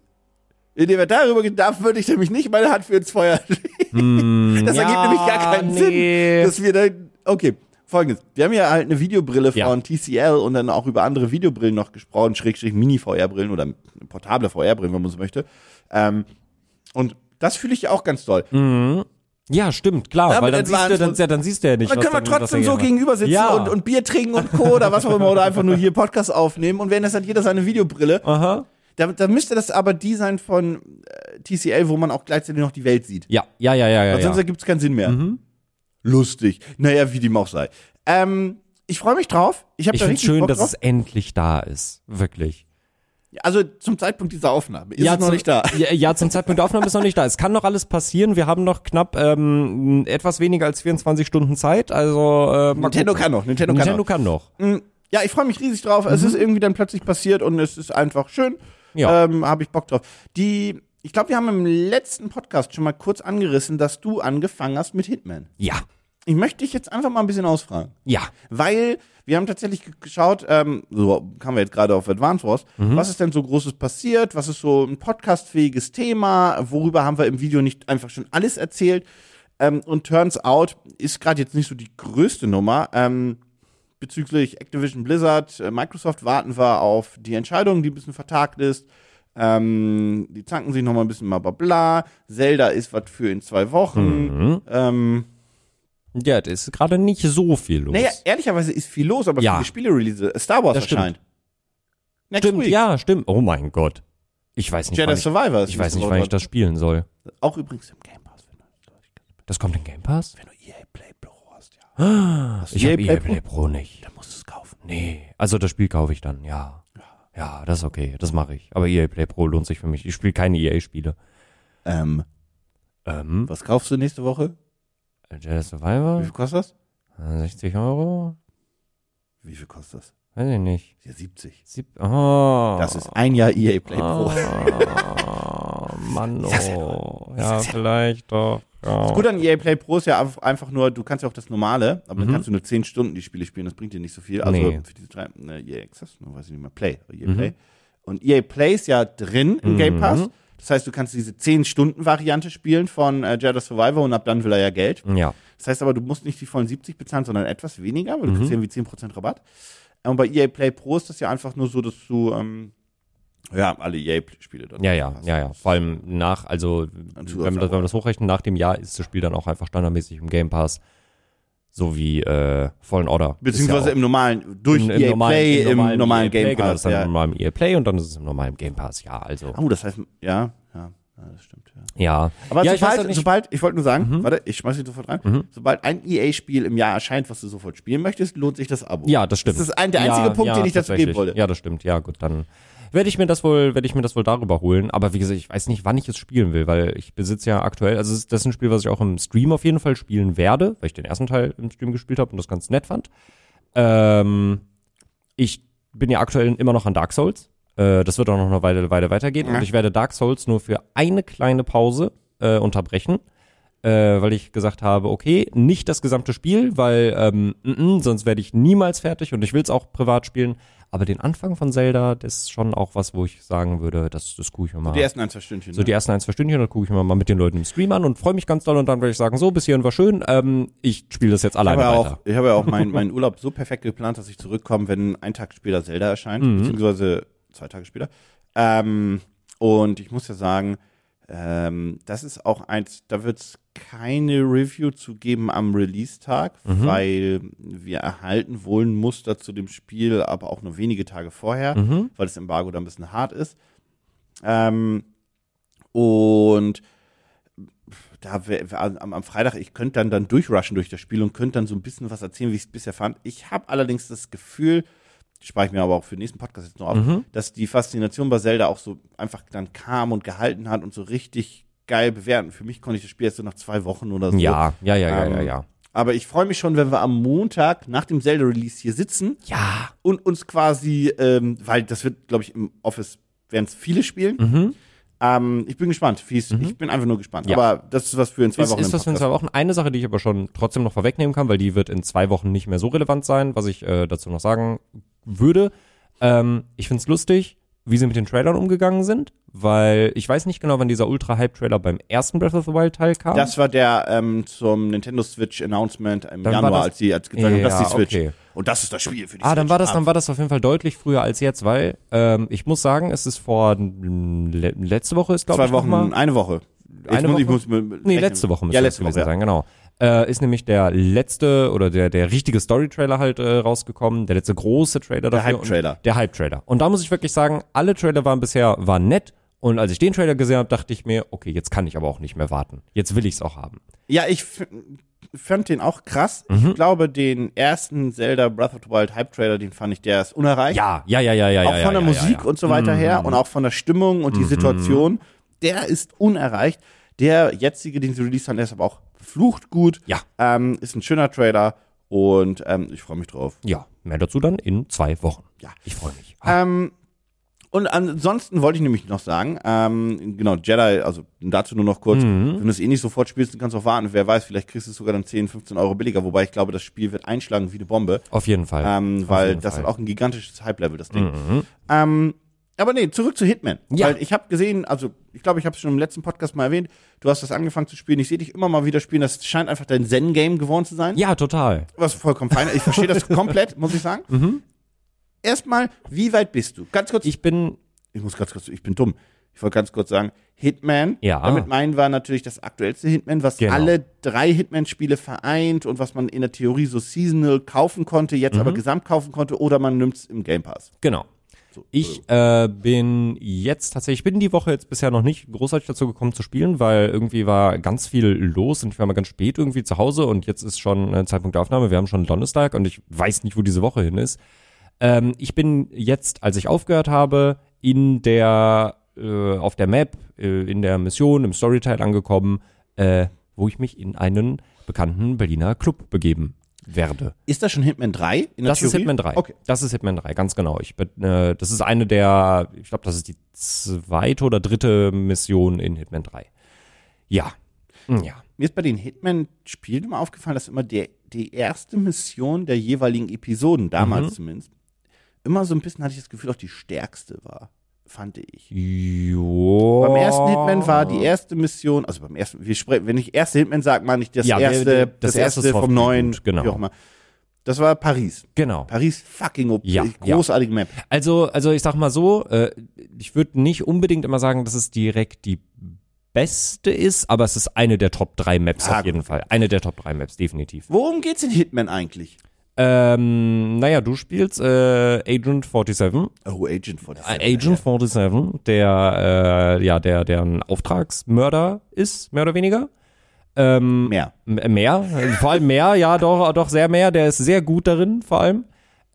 Speaker 1: Indem wir darüber gedacht, würde ich nämlich nicht meine Hand für ins Feuer legen. das ergibt
Speaker 2: Hm, ja,
Speaker 1: nämlich gar keinen
Speaker 2: nee.
Speaker 1: Sinn, dass wir dann. Okay, folgendes. Wir haben ja halt eine Videobrille von
Speaker 2: Ja.
Speaker 1: TCL und dann auch über andere Videobrillen noch gesprochen, Schrägstrich Mini-VR-Brillen oder portable VR-Brillen, wenn man so möchte. Ähm, und das fühle ich ja auch ganz toll.
Speaker 2: Hm, Ja, stimmt, klar,
Speaker 1: Ja,
Speaker 2: weil
Speaker 1: mit
Speaker 2: dann siehst, du,
Speaker 1: Advanced
Speaker 2: dann,
Speaker 1: und-
Speaker 2: ja, dann siehst du ja
Speaker 1: Und
Speaker 2: nicht.
Speaker 1: dann
Speaker 2: was
Speaker 1: können wir
Speaker 2: dann- was
Speaker 1: trotzdem
Speaker 2: da
Speaker 1: so
Speaker 2: gemacht-
Speaker 1: gegenüber sitzen
Speaker 2: ja.
Speaker 1: und, und Bier trinken und Co. oder was auch immer oder einfach nur hier Podcast aufnehmen und während das hat jeder seine Videobrille.
Speaker 2: Aha.
Speaker 1: Da, da müsste das aber die sein von äh, TCL, wo man auch gleichzeitig noch die Welt sieht.
Speaker 2: Ja, ja, ja, ja, ja. Mhm.
Speaker 1: Weil sonst
Speaker 2: ja.
Speaker 1: ergibt es keinen Sinn mehr. Lustig. Naja, wie dem auch sei. Ähm, ich freue mich drauf. Ich, hab
Speaker 2: Ich
Speaker 1: da
Speaker 2: finde
Speaker 1: richtig
Speaker 2: schön,
Speaker 1: Bock
Speaker 2: dass
Speaker 1: drauf.
Speaker 2: es endlich da ist. Wirklich.
Speaker 1: Also zum Zeitpunkt dieser Aufnahme ist es noch
Speaker 2: zum-
Speaker 1: nicht da.
Speaker 2: Ja, ja, zum Zeitpunkt der Aufnahme ist noch nicht da. Es kann noch alles passieren. Wir haben noch knapp ähm, etwas weniger als 24 Stunden Zeit. Also äh, mal
Speaker 1: Nintendo
Speaker 2: gucken.
Speaker 1: kann noch, Nintendo,
Speaker 2: Nintendo
Speaker 1: kann
Speaker 2: kann noch.
Speaker 1: noch. Mhm. Ja, ich freue mich riesig drauf. Es ist irgendwie dann plötzlich passiert und es ist einfach schön.
Speaker 2: Ja.
Speaker 1: Ähm, Habe ich Bock drauf. Die, ich glaube, wir haben im letzten Podcast schon mal kurz angerissen, dass du angefangen hast mit Hitman.
Speaker 2: Ja,
Speaker 1: Ich möchte dich jetzt einfach mal ein bisschen ausfragen.
Speaker 2: ja.
Speaker 1: Weil wir haben tatsächlich ge- geschaut, ähm, so kamen wir jetzt gerade auf Advanced Wars, was ist denn so Großes passiert, was ist so ein podcastfähiges Thema, worüber haben wir im Video nicht einfach schon alles erzählt. Ähm, und turns out ist gerade jetzt nicht so die größte Nummer. Ähm, bezüglich Activision Blizzard, äh, Microsoft warten wir auf die Entscheidung, die ein bisschen vertagt ist. Ähm, die zanken sich noch mal ein bisschen, bla bla bla. Zelda ist was für in zwei Wochen. Ähm,
Speaker 2: Ja, es ist gerade nicht so viel los.
Speaker 1: naja, ehrlicherweise ist viel los, aber
Speaker 2: Ja.
Speaker 1: viele Spiele-Release. Star Wars
Speaker 2: Das stimmt.
Speaker 1: erscheint. Next
Speaker 2: stimmt,
Speaker 1: week.
Speaker 2: ja, stimmt. Oh mein Gott. Ich weiß nicht,
Speaker 1: Jedi
Speaker 2: wann ich,
Speaker 1: Survivor ist
Speaker 2: ich weiß
Speaker 1: nächste
Speaker 2: nicht,
Speaker 1: Woche
Speaker 2: wann ich
Speaker 1: dran.
Speaker 2: das spielen soll.
Speaker 1: Auch übrigens im Game Pass, wenn du,
Speaker 2: Das kommt in Game Pass?
Speaker 1: wenn du EA Play Pro hast, ja. Hast du
Speaker 2: Ich habe
Speaker 1: EA
Speaker 2: EA
Speaker 1: Play
Speaker 2: Play Pro nicht.
Speaker 1: Dann musst du es kaufen.
Speaker 2: Nee, also das Spiel kaufe ich dann, ja. Ja, das ist okay, das mache ich. Aber EA Play Pro lohnt sich für mich. Ich spiele keine EA-Spiele.
Speaker 1: Ähm,
Speaker 2: Ähm,
Speaker 1: was kaufst du nächste Woche?
Speaker 2: Jedi
Speaker 1: Wie
Speaker 2: Survivor?
Speaker 1: viel kostet das?
Speaker 2: 60 Euro?
Speaker 1: Wie viel kostet das?
Speaker 2: Weiß ich nicht.
Speaker 1: Ja, 70.
Speaker 2: Sieb oh.
Speaker 1: Das ist ein Jahr EA Play Pro.
Speaker 2: Oh, Mann, oh. Ja, vielleicht doch. Ja.
Speaker 1: Gut an EA Play Pro ist ja einfach- einfach nur, du kannst ja auch das normale, aber dann kannst du nur 10 Stunden die Spiele spielen, das bringt dir nicht so viel. Also
Speaker 2: Mhm. Nee. Mhm.
Speaker 1: für diese drei, ne, EA Access, ne, weiß ich nicht mehr, Play, EA Play. Und EA Play ist ja drin im Game Pass. Das heißt, du kannst diese 10-Stunden-Variante spielen von äh, Jedi Survivor und ab dann will er ja Geld.
Speaker 2: Ja.
Speaker 1: Das heißt aber, du musst nicht die vollen 70 bezahlen, sondern etwas weniger,
Speaker 2: Mhm.
Speaker 1: weil du kriegst irgendwie 10% Rabatt. Und bei EA Play Pro ist das ja einfach nur so, dass du ähm, ja, alle EA-Spiele dort
Speaker 2: Ja, ja,
Speaker 1: hast.
Speaker 2: ja, ja. Vor allem nach, also wenn wir, das, wenn wir das hochrechnen, nach dem Jahr ist das Spiel dann auch einfach standardmäßig im Game Pass. So wie äh, Fallen Order.
Speaker 1: Beziehungsweise im normalen, durch
Speaker 2: im,
Speaker 1: EA Play, im normalen,
Speaker 2: normalen
Speaker 1: Game
Speaker 2: Genau, das
Speaker 1: Pass.
Speaker 2: ist dann
Speaker 1: ja.
Speaker 2: im normalen EA Play und dann ist es im normalen Game Pass. Ja, also.
Speaker 1: Oh, das heißt, ja, ja, ja das stimmt. Ja.
Speaker 2: Ja.
Speaker 1: Aber
Speaker 2: ja, ich weiß
Speaker 1: sobald,
Speaker 2: auch
Speaker 1: ich
Speaker 2: nicht. Mhm.
Speaker 1: sobald, ich wollte nur sagen, warte, ich schmeiß dich sofort rein, sobald ein EA-Spiel im Jahr erscheint, was du sofort spielen möchtest, lohnt sich das Abo.
Speaker 2: Ja, das stimmt.
Speaker 1: Das ist ein, der einzige
Speaker 2: ja,
Speaker 1: Punkt,
Speaker 2: ja,
Speaker 1: den ich dazu geben
Speaker 2: tatsächlich.
Speaker 1: wollte.
Speaker 2: Ja, das stimmt. Ja, gut, dann werde ich mir das wohl, werde ich mir das wohl darüber holen. Aber wie gesagt, ich weiß nicht, wann ich es spielen will, weil ich besitze ja aktuell, also es ist- das ist ein Spiel, was ich auch im Stream auf jeden Fall spielen werde, weil ich den ersten Teil im Stream gespielt habe und das ganz nett fand. Ähm, ich bin ja aktuell immer noch an Dark Souls. Äh, das wird auch noch eine Weile, Weile weitergehen. Und ich werde Dark Souls nur für eine kleine Pause äh, unterbrechen äh, weil ich gesagt habe, okay, nicht das gesamte Spiel, weil ähm, mm, mm, sonst werde ich niemals fertig und ich will es auch privat spielen. Aber den Anfang von Zelda, das ist schon auch was, wo ich sagen würde, das, das gucke ich mir mal.
Speaker 1: Die ersten ein, zwei Stündchen. ne?
Speaker 2: so die ersten ein, zwei Stündchen, dann gucke ich mir mal mit den Leuten im Stream an und freue mich ganz doll und dann werde ich sagen, so, bis hierhin war schön, ähm, ich spiele das jetzt
Speaker 1: Ich
Speaker 2: alleine
Speaker 1: habe ja
Speaker 2: weiter.
Speaker 1: auch, ich habe ja auch meinen meinen Urlaub so perfekt geplant, dass ich zurückkomme, wenn ein Tag später Zelda erscheint,
Speaker 2: Mhm.
Speaker 1: beziehungsweise zwei Tage später. Ähm, und ich muss ja sagen, ähm, das ist auch eins, da wird es keine Review zu geben am Release-Tag,
Speaker 2: Mhm.
Speaker 1: weil wir erhalten wohl ein Muster zu dem Spiel, aber auch nur wenige Tage vorher,
Speaker 2: Mhm.
Speaker 1: weil das Embargo da ein bisschen hart ist. Ähm, und da wär- wär- am, am Freitag, ich könnte dann, dann durchrushen durch das Spiel und könnte dann so ein bisschen was erzählen, wie ich es bisher fand. Ich habe allerdings das Gefühl, spare ich mir aber auch für den nächsten Podcast jetzt noch auf, dass die Faszination bei Zelda auch so einfach dann kam und gehalten hat und so richtig geil bewerten. Für mich konnte ich das Spiel erst so nach zwei Wochen oder so.
Speaker 2: Ja, ja, ja, ja,
Speaker 1: Ähm,
Speaker 2: ja, ja.
Speaker 1: Aber ich freue mich schon, wenn wir am Montag nach dem Zelda-Release hier sitzen
Speaker 2: Ja.
Speaker 1: und uns quasi, ähm, weil das wird, glaube ich, im Office werden es viele spielen.
Speaker 2: Mhm.
Speaker 1: Ähm, ich bin gespannt. Fie's, Ich bin einfach nur gespannt.
Speaker 2: Ja.
Speaker 1: Aber das ist was für in zwei
Speaker 2: Ist,
Speaker 1: Wochen.
Speaker 2: ist
Speaker 1: im
Speaker 2: das in
Speaker 1: Podcast.
Speaker 2: zwei Wochen? Eine Sache, die ich aber schon trotzdem noch vorwegnehmen kann, weil die wird in zwei Wochen nicht mehr so relevant sein, was ich äh, dazu noch sagen würde. Ähm, ich find's lustig, wie sie mit den Trailern umgegangen sind, weil ich weiß nicht genau, wann dieser Ultra-Hype-Trailer beim ersten Breath of the Wild Teil kam.
Speaker 1: Das war der ähm, zum Nintendo Switch Announcement im
Speaker 2: Dann war
Speaker 1: Januar,
Speaker 2: das-
Speaker 1: als die als gesagt haben, das ist die
Speaker 2: Ja,
Speaker 1: Switch.
Speaker 2: okay.
Speaker 1: Und das ist das Spiel für die
Speaker 2: Ah,
Speaker 1: Switch.
Speaker 2: dann war das, dann
Speaker 1: war
Speaker 2: war das auf jeden Fall deutlich früher als jetzt, weil ähm, ich muss sagen, es ist vor mm, le letzte Woche ist glaube ich
Speaker 1: zwei
Speaker 2: noch
Speaker 1: Wochen,
Speaker 2: mal,
Speaker 1: eine Woche.
Speaker 2: Eine
Speaker 1: muss, ich
Speaker 2: Woche?
Speaker 1: muss mir-
Speaker 2: Nee,
Speaker 1: rechnen.
Speaker 2: letzte Woche müsste
Speaker 1: Ja,
Speaker 2: das
Speaker 1: letzte
Speaker 2: gewesen
Speaker 1: Woche. Ja.
Speaker 2: sein, genau. Äh, ist nämlich der letzte oder der, der richtige Story-Trailer halt äh, rausgekommen, der letzte große Trailer dafür. und-
Speaker 1: Hype-Trailer.
Speaker 2: Der Hype-Trailer. Und da muss ich wirklich sagen, alle Trailer waren bisher, waren nett. Und als ich den Trailer gesehen habe, dachte ich mir, okay, jetzt kann ich aber auch nicht mehr warten. Jetzt will ich es auch haben.
Speaker 1: Ja, ich f- fand den auch krass.
Speaker 2: Mhm.
Speaker 1: Ich glaube, den ersten Zelda Breath of the Wild Hype Trailer, den fand ich, der ist unerreicht.
Speaker 2: Ja, ja, ja, ja, ja.
Speaker 1: auch
Speaker 2: ja,
Speaker 1: von der
Speaker 2: ja,
Speaker 1: Musik
Speaker 2: ja, Mhm, ja.
Speaker 1: und so weiter her und auch von der Stimmung und die Situation, der ist unerreicht. Der jetzige, den sie released haben, der ist aber auch flucht gut.
Speaker 2: Ja.
Speaker 1: Ähm, ist ein schöner Trailer und ähm, ich freue mich drauf.
Speaker 2: Ja, mehr dazu dann in zwei Wochen.
Speaker 1: Ja.
Speaker 2: Ich freue mich.
Speaker 1: Ähm, und ansonsten wollte ich nämlich noch sagen, ähm, genau, Jedi, also dazu nur noch kurz,
Speaker 2: Mhm.
Speaker 1: wenn du es eh nicht sofort spielst, dann kannst du auch warten. Wer weiß, vielleicht kriegst du es sogar dann 10, 15 Euro billiger, wobei ich glaube, das Spiel wird einschlagen wie eine Bombe.
Speaker 2: Auf jeden Fall.
Speaker 1: Ähm, weil
Speaker 2: jeden
Speaker 1: das
Speaker 2: Fall. Mhm.
Speaker 1: hat auch ein gigantisches Hype-Level, das Ding. Ähm, aber nee, zurück zu Hitman.
Speaker 2: Ja.
Speaker 1: Weil ich habe gesehen, also ich glaube, ich habe es schon im letzten Podcast mal erwähnt, du hast das angefangen zu spielen. Ich sehe dich immer mal wieder spielen. Das scheint einfach dein Zen-Game geworden zu sein.
Speaker 2: ja, total.
Speaker 1: Was vollkommen fein. ist. Ich verstehe das komplett, muss ich sagen.
Speaker 2: Mhm.
Speaker 1: Erstmal, wie weit bist du? Ganz kurz, ich,
Speaker 2: Ich bin,
Speaker 1: muss ganz kurz, ich bin dumm. Ich wollte ganz kurz sagen, Hitman,
Speaker 2: Ja.
Speaker 1: damit meinen wir natürlich das aktuellste Hitman, was
Speaker 2: Genau.
Speaker 1: alle drei Hitman-Spiele vereint und was man in der Theorie so seasonal kaufen konnte, jetzt aber gesamt kaufen konnte oder man nimmt es im Game Pass.
Speaker 2: genau.
Speaker 1: So,
Speaker 2: Ich äh, bin jetzt tatsächlich, ich bin die Woche jetzt bisher noch nicht großartig dazu gekommen zu spielen, weil irgendwie war ganz viel los und ich war mal ganz spät irgendwie zu Hause und jetzt ist schon äh, Zeitpunkt der Aufnahme, wir haben schon Donnerstag und ich weiß nicht, wo diese Woche hin ist. Ähm, ich bin jetzt, als ich aufgehört habe, in der, äh, auf der Map, äh, in der Mission, im Storyteil angekommen, äh, wo ich mich in einen bekannten Berliner Club begeben werde.
Speaker 1: Ist das schon Hitman 3? In der
Speaker 2: Das ist
Speaker 1: Theorie?
Speaker 2: Hitman 3.
Speaker 1: Okay.
Speaker 2: Das ist Hitman 3, ganz genau. Ich bin, äh, das ist eine der, ich glaube, das ist die zweite oder dritte Mission in Hitman 3. Ja. Hm, Ja.
Speaker 1: Mir ist bei den Hitman-Spielen immer aufgefallen, dass immer der, die erste Mission der jeweiligen Episoden, damals zumindest, immer so ein bisschen hatte ich das Gefühl, auch die stärkste war, fand ich.
Speaker 2: Jo.
Speaker 1: Beim ersten Hitman war die erste Mission, also beim ersten, wir spre- wenn ich erste Hitman sage, meine ich das
Speaker 2: Ja, wir-
Speaker 1: erste,
Speaker 2: wir-
Speaker 1: das,
Speaker 2: das erste
Speaker 1: erste
Speaker 2: ist
Speaker 1: vom
Speaker 2: drauf
Speaker 1: neuen,
Speaker 2: gut, genau.
Speaker 1: wie auch immer. Das war Paris.
Speaker 2: Genau.
Speaker 1: Paris fucking OP,
Speaker 2: Ja, ja.
Speaker 1: großartige Map.
Speaker 2: Also, also ich sag mal so, äh, ich würde nicht unbedingt immer sagen, dass es direkt die beste ist, aber es ist eine der Top 3 Maps
Speaker 1: Ah,
Speaker 2: auf jeden Fall. Eine der Top 3 Maps, definitiv.
Speaker 1: Worum geht's in Hitman eigentlich?
Speaker 2: Ähm, naja, du spielst äh, Agent 47
Speaker 1: Oh, Agent for the
Speaker 2: Ein Agent 47, der äh, ja, der, der ein Auftragsmörder ist, mehr oder weniger. Ähm,
Speaker 1: Mehr.
Speaker 2: m- mehr, äh, vor allem mehr, ja, doch, doch sehr mehr. Der ist sehr gut darin, vor allem.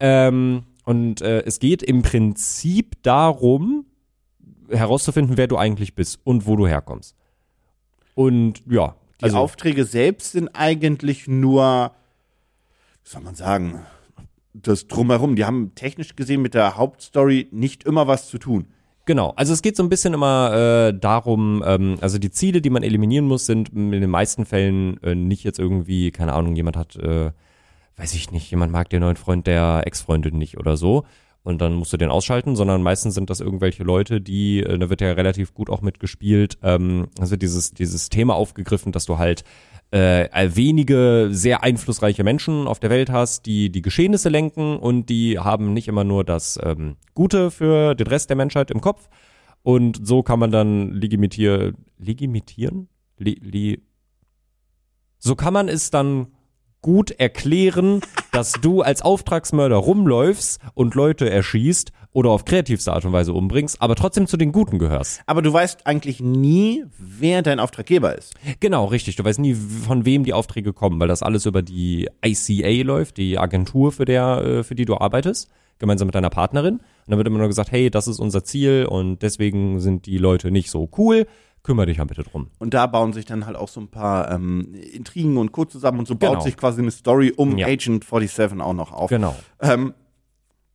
Speaker 2: Ähm, und äh, es geht im Prinzip darum, herauszufinden, wer du eigentlich bist und wo du herkommst. Und ja, also,
Speaker 1: Die Aufträge selbst sind eigentlich nur, wie soll man sagen, das Drumherum. Die haben technisch gesehen mit der Hauptstory nicht immer was zu tun.
Speaker 2: Genau, also es geht so ein bisschen immer äh, darum, ähm, also die Ziele, die man eliminieren muss, sind in den meisten Fällen äh, nicht jetzt irgendwie, keine Ahnung, jemand hat, äh, weiß ich nicht, jemand mag den neuen Freund der Ex-Freundin nicht oder so und dann musst du den ausschalten, sondern meistens sind das irgendwelche Leute, die, äh, da wird ja relativ gut auch mitgespielt, ähm, also dieses, dieses Thema aufgegriffen, dass du halt äh, wenige sehr einflussreiche Menschen auf der Welt hast, die die Geschehnisse lenken und die haben nicht immer nur das ähm, Gute für den Rest der Menschheit im Kopf. Und so kann man dann legimitier, legimitieren? Le, le, so kann man es dann gut erklären, dass du als Auftragsmörder rumläufst und Leute erschießt oder auf kreativste Art und Weise umbringst, aber trotzdem zu den Guten gehörst.
Speaker 1: Aber du weißt eigentlich nie, wer dein Auftraggeber ist.
Speaker 2: Genau, richtig. Du weißt nie, von wem die Aufträge kommen, weil das alles über die ICA läuft, die Agentur, für, der, äh, für die du arbeitest, gemeinsam mit deiner Partnerin. Und dann wird immer nur gesagt, hey, das ist unser Ziel und deswegen sind die Leute nicht so cool. Kümmere dich mal bitte drum.
Speaker 1: Und da bauen sich dann halt auch so ein paar ähm, Intrigen und Co. zusammen und so baut
Speaker 2: Genau.
Speaker 1: sich quasi eine Story um
Speaker 2: Ja.
Speaker 1: Agent 47 auch noch auf.
Speaker 2: Genau.
Speaker 1: Ähm,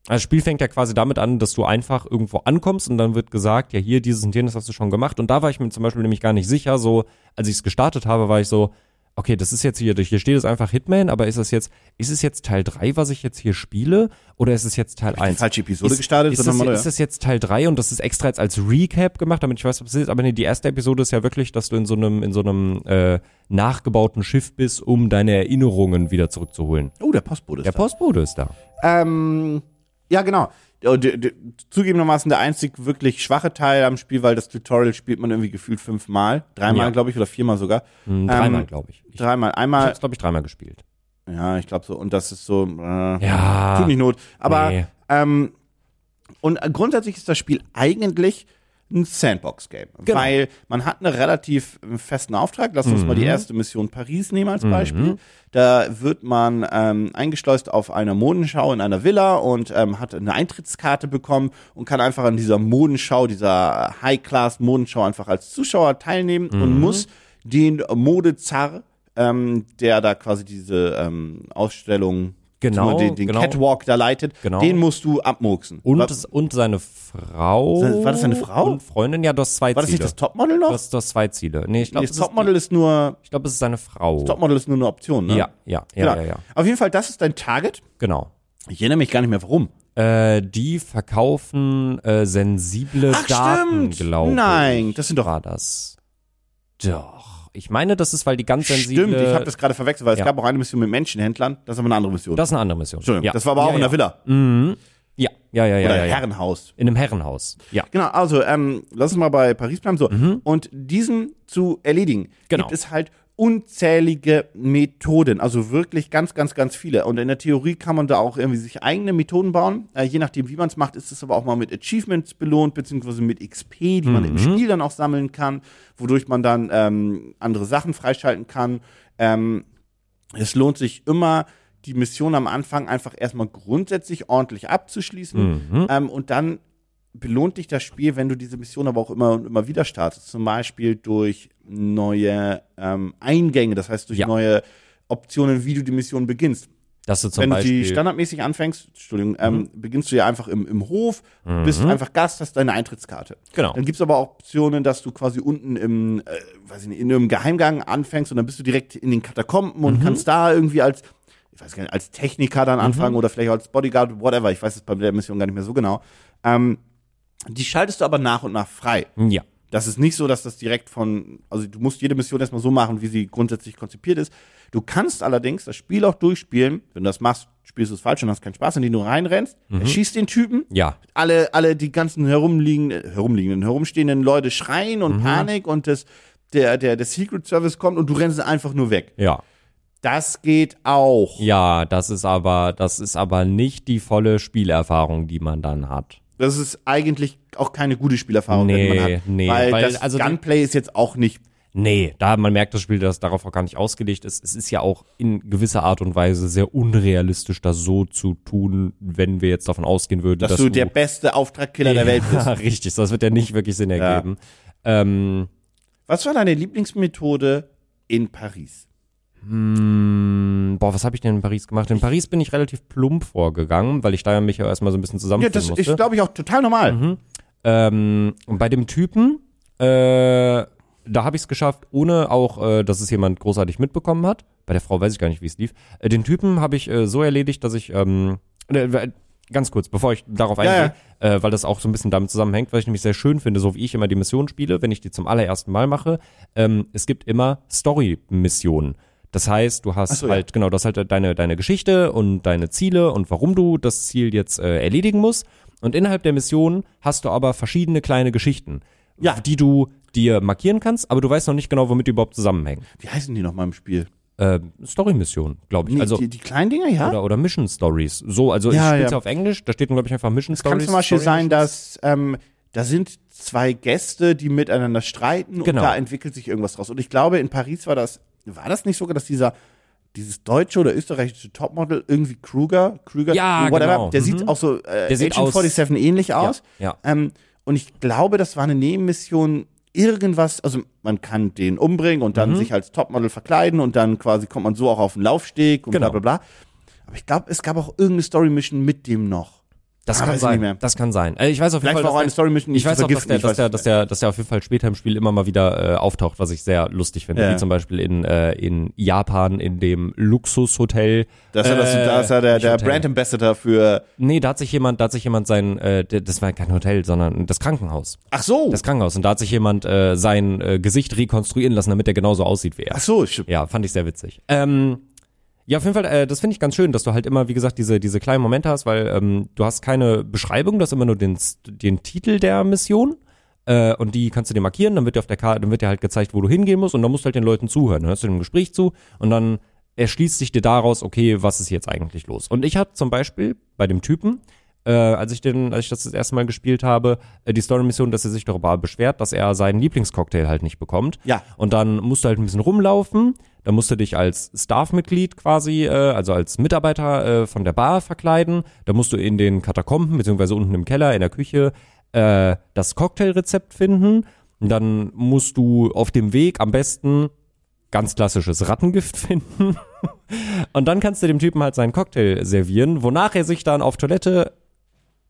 Speaker 2: Also das Spiel fängt ja quasi damit an, dass du einfach irgendwo ankommst und dann wird gesagt, ja hier, dieses und jenes hast du schon gemacht. Und da war ich mir zum Beispiel nämlich gar nicht sicher. So, als ich es gestartet habe, war ich so, okay, das ist jetzt hier, hier steht es einfach Hitman, aber ist das jetzt, ist es jetzt Teil 3, was ich jetzt hier spiele? Oder ist es jetzt Teil 1?
Speaker 1: falsche Episode halt, gestartet,
Speaker 2: ist,
Speaker 1: sondern
Speaker 2: das,
Speaker 1: mal,
Speaker 2: ist das jetzt Teil 3 und das ist extra jetzt als Recap gemacht, damit ich weiß, was es ist. Aber nee, die erste Episode ist ja wirklich, dass du in so einem, in so einem äh, nachgebauten Schiff bist, um deine Erinnerungen wieder zurückzuholen.
Speaker 1: oh, der Postbote ist
Speaker 2: Der Postbote ist da.
Speaker 1: da. Ähm, ja, genau. Und, äh, d- Zugegebenermaßen der einzig wirklich schwache Teil am Spiel, weil das Tutorial spielt man irgendwie gefühlt fünfmal, dreimal,
Speaker 2: Ja.
Speaker 1: glaube ich, oder viermal sogar. Ähm,
Speaker 2: Hm, dreimal, glaube ich. Ich, ich
Speaker 1: Dreimal.
Speaker 2: habe
Speaker 1: Einmal,
Speaker 2: es, glaube ich, dreimal gespielt.
Speaker 1: ja, ich glaube so. Und das ist so, äh,
Speaker 2: Ja.
Speaker 1: tut nicht Not. Aber
Speaker 2: Nee.
Speaker 1: ähm, und grundsätzlich ist das Spiel eigentlich ein Sandbox-Game,
Speaker 2: Genau.
Speaker 1: weil man hat einen relativ äh, festen Auftrag. Lass uns mal
Speaker 2: Mhm.
Speaker 1: die erste Mission Paris nehmen als Beispiel. Da wird man ähm, eingeschleust auf einer Modenschau in einer Villa und ähm, hat eine Eintrittskarte bekommen und kann einfach an dieser Modenschau, dieser High-Class-Modenschau einfach als Zuschauer teilnehmen
Speaker 2: Mhm.
Speaker 1: und muss den Modezar, ähm, der da quasi diese ähm, Ausstellung
Speaker 2: Genau,
Speaker 1: den, den
Speaker 2: genau.
Speaker 1: Catwalk da leitet,
Speaker 2: Genau.
Speaker 1: den musst du abmurksen.
Speaker 2: Und,
Speaker 1: war,
Speaker 2: es- und seine Frau.
Speaker 1: Se- war das seine Frau?
Speaker 2: Und Freundin, ja, du hast zwei
Speaker 1: war das nicht
Speaker 2: Ziele.
Speaker 1: das Topmodel noch?
Speaker 2: du, hast, du hast zwei Ziele. Nee, ich
Speaker 1: nee,
Speaker 2: glaube,
Speaker 1: das Topmodel ist nur
Speaker 2: glaub, es ist seine Frau.
Speaker 1: Topmodel ist nur eine Option, ne?
Speaker 2: Ja, ja, ja,
Speaker 1: Genau.
Speaker 2: ja, ja.
Speaker 1: Auf jeden Fall, das ist dein Target.
Speaker 2: Genau.
Speaker 1: Ich erinnere mich gar nicht mehr warum.
Speaker 2: Äh, die verkaufen äh, sensible Daten, glaube ich.
Speaker 1: Nein, das sind doch
Speaker 2: War das. Doch. Ich meine, das ist, weil die ganz sensible.
Speaker 1: Stimmt, ich habe das gerade verwechselt, weil
Speaker 2: Ja.
Speaker 1: es gab auch eine Mission mit Menschenhändlern, das ist aber eine andere Mission.
Speaker 2: Das ist eine andere Mission.
Speaker 1: Entschuldigung,
Speaker 2: ja.
Speaker 1: das war aber auch
Speaker 2: ja,
Speaker 1: in der
Speaker 2: ja.
Speaker 1: Villa
Speaker 2: Mhm. Ja, ja, ja, ja.
Speaker 1: oder
Speaker 2: ja, ja.
Speaker 1: Herrenhaus.
Speaker 2: In einem Herrenhaus. Ja.
Speaker 1: Genau, also ähm, lass uns mal bei Paris bleiben. So. Und diesen zu erledigen,
Speaker 2: Genau.
Speaker 1: gibt es halt unzählige Methoden, also wirklich ganz, ganz, ganz viele. Und in der Theorie kann man da auch irgendwie sich eigene Methoden bauen. Äh, je nachdem, wie man es macht, ist es aber auch mal mit Achievements belohnt, beziehungsweise mit XP, die man im Spiel dann auch sammeln kann, wodurch man dann ähm, andere Sachen freischalten kann. Ähm, es lohnt sich immer, die Mission am Anfang einfach erstmal grundsätzlich ordentlich abzuschließen.
Speaker 2: Mhm.
Speaker 1: Ähm, und dann belohnt dich das Spiel, wenn du diese Mission aber auch immer und immer wieder startest. Zum Beispiel durch neue ähm, Eingänge, das heißt durch
Speaker 2: Ja.
Speaker 1: neue Optionen, wie du die Mission beginnst.
Speaker 2: Dass du zum
Speaker 1: wenn du
Speaker 2: Beispiel. Mhm.
Speaker 1: die standardmäßig anfängst, Entschuldigung, ähm, beginnst du ja einfach im, im Hof, bist einfach Gast, hast deine Eintrittskarte.
Speaker 2: Genau.
Speaker 1: Dann gibt's aber auch Optionen, dass du quasi unten im, äh, weiß ich nicht, in einem Geheimgang anfängst und dann bist du direkt in den Katakomben und kannst da irgendwie als, ich weiß gar nicht, als Techniker dann anfangen oder vielleicht auch als Bodyguard, whatever. Ich weiß es bei der Mission gar nicht mehr so genau. Ähm, die schaltest du aber nach und nach frei.
Speaker 2: ja.
Speaker 1: Das ist nicht so, dass das direkt von, also du musst jede Mission erstmal so machen, wie sie grundsätzlich konzipiert ist. Du kannst allerdings das Spiel auch durchspielen. Wenn du das machst, spielst du es falsch und hast keinen Spaß, indem du reinrennst, erschießt den Typen,
Speaker 2: Ja.
Speaker 1: alle, alle die ganzen herumliegenden, herumliegenden, herumstehenden Leute schreien
Speaker 2: Mhm.
Speaker 1: und Panik und das, der, der, der Secret Service kommt und du rennst einfach nur weg.
Speaker 2: Ja.
Speaker 1: Das geht auch.
Speaker 2: Ja, das ist aber, das ist aber nicht die volle Spielerfahrung, die man dann hat.
Speaker 1: Das ist eigentlich auch keine gute Spielerfahrung,
Speaker 2: Nee,
Speaker 1: wenn man hat.
Speaker 2: nee,
Speaker 1: weil,
Speaker 2: weil-
Speaker 1: das
Speaker 2: also-
Speaker 1: Gunplay ist jetzt auch nicht
Speaker 2: Nee, da man merkt das Spiel, dass darauf auch gar nicht ausgelegt ist. Es ist ja auch in gewisser Art und Weise sehr unrealistisch, das so zu tun, wenn wir jetzt davon ausgehen würden, dass,
Speaker 1: dass, du der beste Auftragkiller der Welt bist.
Speaker 2: Ja, richtig, das wird ja nicht wirklich Sinn ergeben. Ähm,
Speaker 1: Was war deine Lieblingsmethode in Paris?
Speaker 2: mh, boah, was habe ich denn in Paris gemacht? In Paris bin ich relativ plump vorgegangen, weil ich da ja mich ja erstmal so ein bisschen
Speaker 1: Ja,
Speaker 2: zusammenfinden
Speaker 1: das
Speaker 2: musste.
Speaker 1: ist, glaube ich, auch total normal.
Speaker 2: Mhm. Ähm, und bei dem Typen, äh, da habe ich es geschafft, ohne auch, äh, dass es jemand großartig mitbekommen hat. Bei der Frau weiß ich gar nicht, wie es lief. Äh, den Typen habe ich äh, so erledigt, dass ich, ähm, äh, ganz kurz, bevor ich darauf
Speaker 1: Ja,
Speaker 2: eingehe, Äh, weil das auch so ein bisschen damit zusammenhängt, weil ich nämlich sehr schön finde, so wie ich immer die Mission spiele, wenn ich die zum allerersten Mal mache, ähm, es gibt immer Story-Missionen. Das heißt, du hast
Speaker 1: Ach so, ja.
Speaker 2: halt halt, genau, das ist halt deine, deine Geschichte und deine Ziele und warum du das Ziel jetzt äh, erledigen musst. Und innerhalb der Mission hast du aber verschiedene kleine Geschichten,
Speaker 1: Ja.
Speaker 2: die du dir markieren kannst, aber du weißt noch nicht genau, womit die überhaupt zusammenhängen.
Speaker 1: Wie heißen die nochmal im Spiel?
Speaker 2: ähm, Story-Missionen, glaube ich.
Speaker 1: Nee,
Speaker 2: also,
Speaker 1: die, die kleinen Dinger, ja.
Speaker 2: oder, oder Mission Stories. So, also ich
Speaker 1: Ja,
Speaker 2: spiele es
Speaker 1: ja.
Speaker 2: auf Englisch, da steht, glaube ich, einfach Mission
Speaker 1: Es
Speaker 2: Stories.
Speaker 1: kann zum Beispiel
Speaker 2: Story
Speaker 1: sein,
Speaker 2: Missions.
Speaker 1: dass ähm, da sind zwei Gäste, die miteinander streiten
Speaker 2: Genau.
Speaker 1: und da entwickelt sich irgendwas draus. Und ich glaube, in Paris war das, war das nicht sogar, dass dieser dieses deutsche oder österreichische Topmodel irgendwie Kruger, Kruger,
Speaker 2: Ja,
Speaker 1: whatever,
Speaker 2: genau.
Speaker 1: der
Speaker 2: Mhm.
Speaker 1: sieht auch so äh,
Speaker 2: Der sieht
Speaker 1: Agent
Speaker 2: aus-
Speaker 1: 47 ähnlich aus.
Speaker 2: Ja,
Speaker 1: Ähm, und ich glaube, das war eine Nebenmission, irgendwas, also man kann den umbringen und
Speaker 2: Mhm.
Speaker 1: dann sich als Topmodel verkleiden und dann quasi kommt man so auch auf den Laufsteg und
Speaker 2: Genau.
Speaker 1: bla bla bla. Aber ich glaube, es gab auch irgendeine Story-Mission mit dem noch.
Speaker 2: das
Speaker 1: Ah,
Speaker 2: kann
Speaker 1: weiß ich nicht mehr.
Speaker 2: sein. Das kann sein. Äh, ich weiß auf jeden
Speaker 1: Vielleicht
Speaker 2: Fall,
Speaker 1: war auch
Speaker 2: dass
Speaker 1: eine
Speaker 2: der-
Speaker 1: Story-Mission, die
Speaker 2: ich weiß
Speaker 1: zu
Speaker 2: auch, dass
Speaker 1: vergiften,
Speaker 2: der,
Speaker 1: ich
Speaker 2: dass,
Speaker 1: weiß
Speaker 2: der, dass, der, dass der auf jeden Fall später im Spiel immer mal wieder äh, auftaucht, was ich sehr lustig finde.
Speaker 1: Ja.
Speaker 2: Wie zum Beispiel in, äh, in Japan, in dem Luxushotel.
Speaker 1: Das war, das,
Speaker 2: Äh,
Speaker 1: das war der,
Speaker 2: nicht
Speaker 1: der
Speaker 2: Hotel.
Speaker 1: Brand Ambassador für.
Speaker 2: Nee, da hat sich jemand, da hat sich jemand sein, äh, d- das war kein Hotel, sondern das Krankenhaus.
Speaker 1: Ach so!
Speaker 2: Das Krankenhaus. Und da hat sich jemand äh, sein äh, Gesicht rekonstruieren lassen, damit er genauso aussieht wie er.
Speaker 1: Ach so, stimmt.
Speaker 2: Ja, fand ich sehr witzig. Ähm, ja, auf jeden Fall, äh, das finde ich ganz schön, dass du halt immer, wie gesagt, diese, diese kleinen Momente hast, weil ähm, du hast keine Beschreibung, du hast immer nur den, St- den Titel der Mission. Äh, und die kannst du dir markieren, dann wird dir auf der Karte, dann wird dir halt gezeigt, wo du hingehen musst und dann musst du halt den Leuten zuhören. Dann hörst du dem Gespräch zu und dann erschließt sich dir daraus, okay, was ist jetzt eigentlich los? Und ich hatte zum Beispiel bei dem Typen, äh, als ich den, als ich das das erste Mal gespielt habe, äh, die Story-Mission, dass er sich darüber beschwert, dass er seinen Lieblingscocktail halt nicht bekommt.
Speaker 1: Ja.
Speaker 2: Und dann musst du halt ein bisschen rumlaufen. Dann musst du dich als Staff-Mitglied quasi, äh, also als Mitarbeiter äh, von der Bar verkleiden. Da musst du in den Katakomben, beziehungsweise unten im Keller, in der Küche, äh, das Cocktailrezept finden. Und dann musst du auf dem Weg am besten ganz klassisches Rattengift finden. Und dann kannst du dem Typen halt seinen Cocktail servieren, wonach er sich dann auf Toilette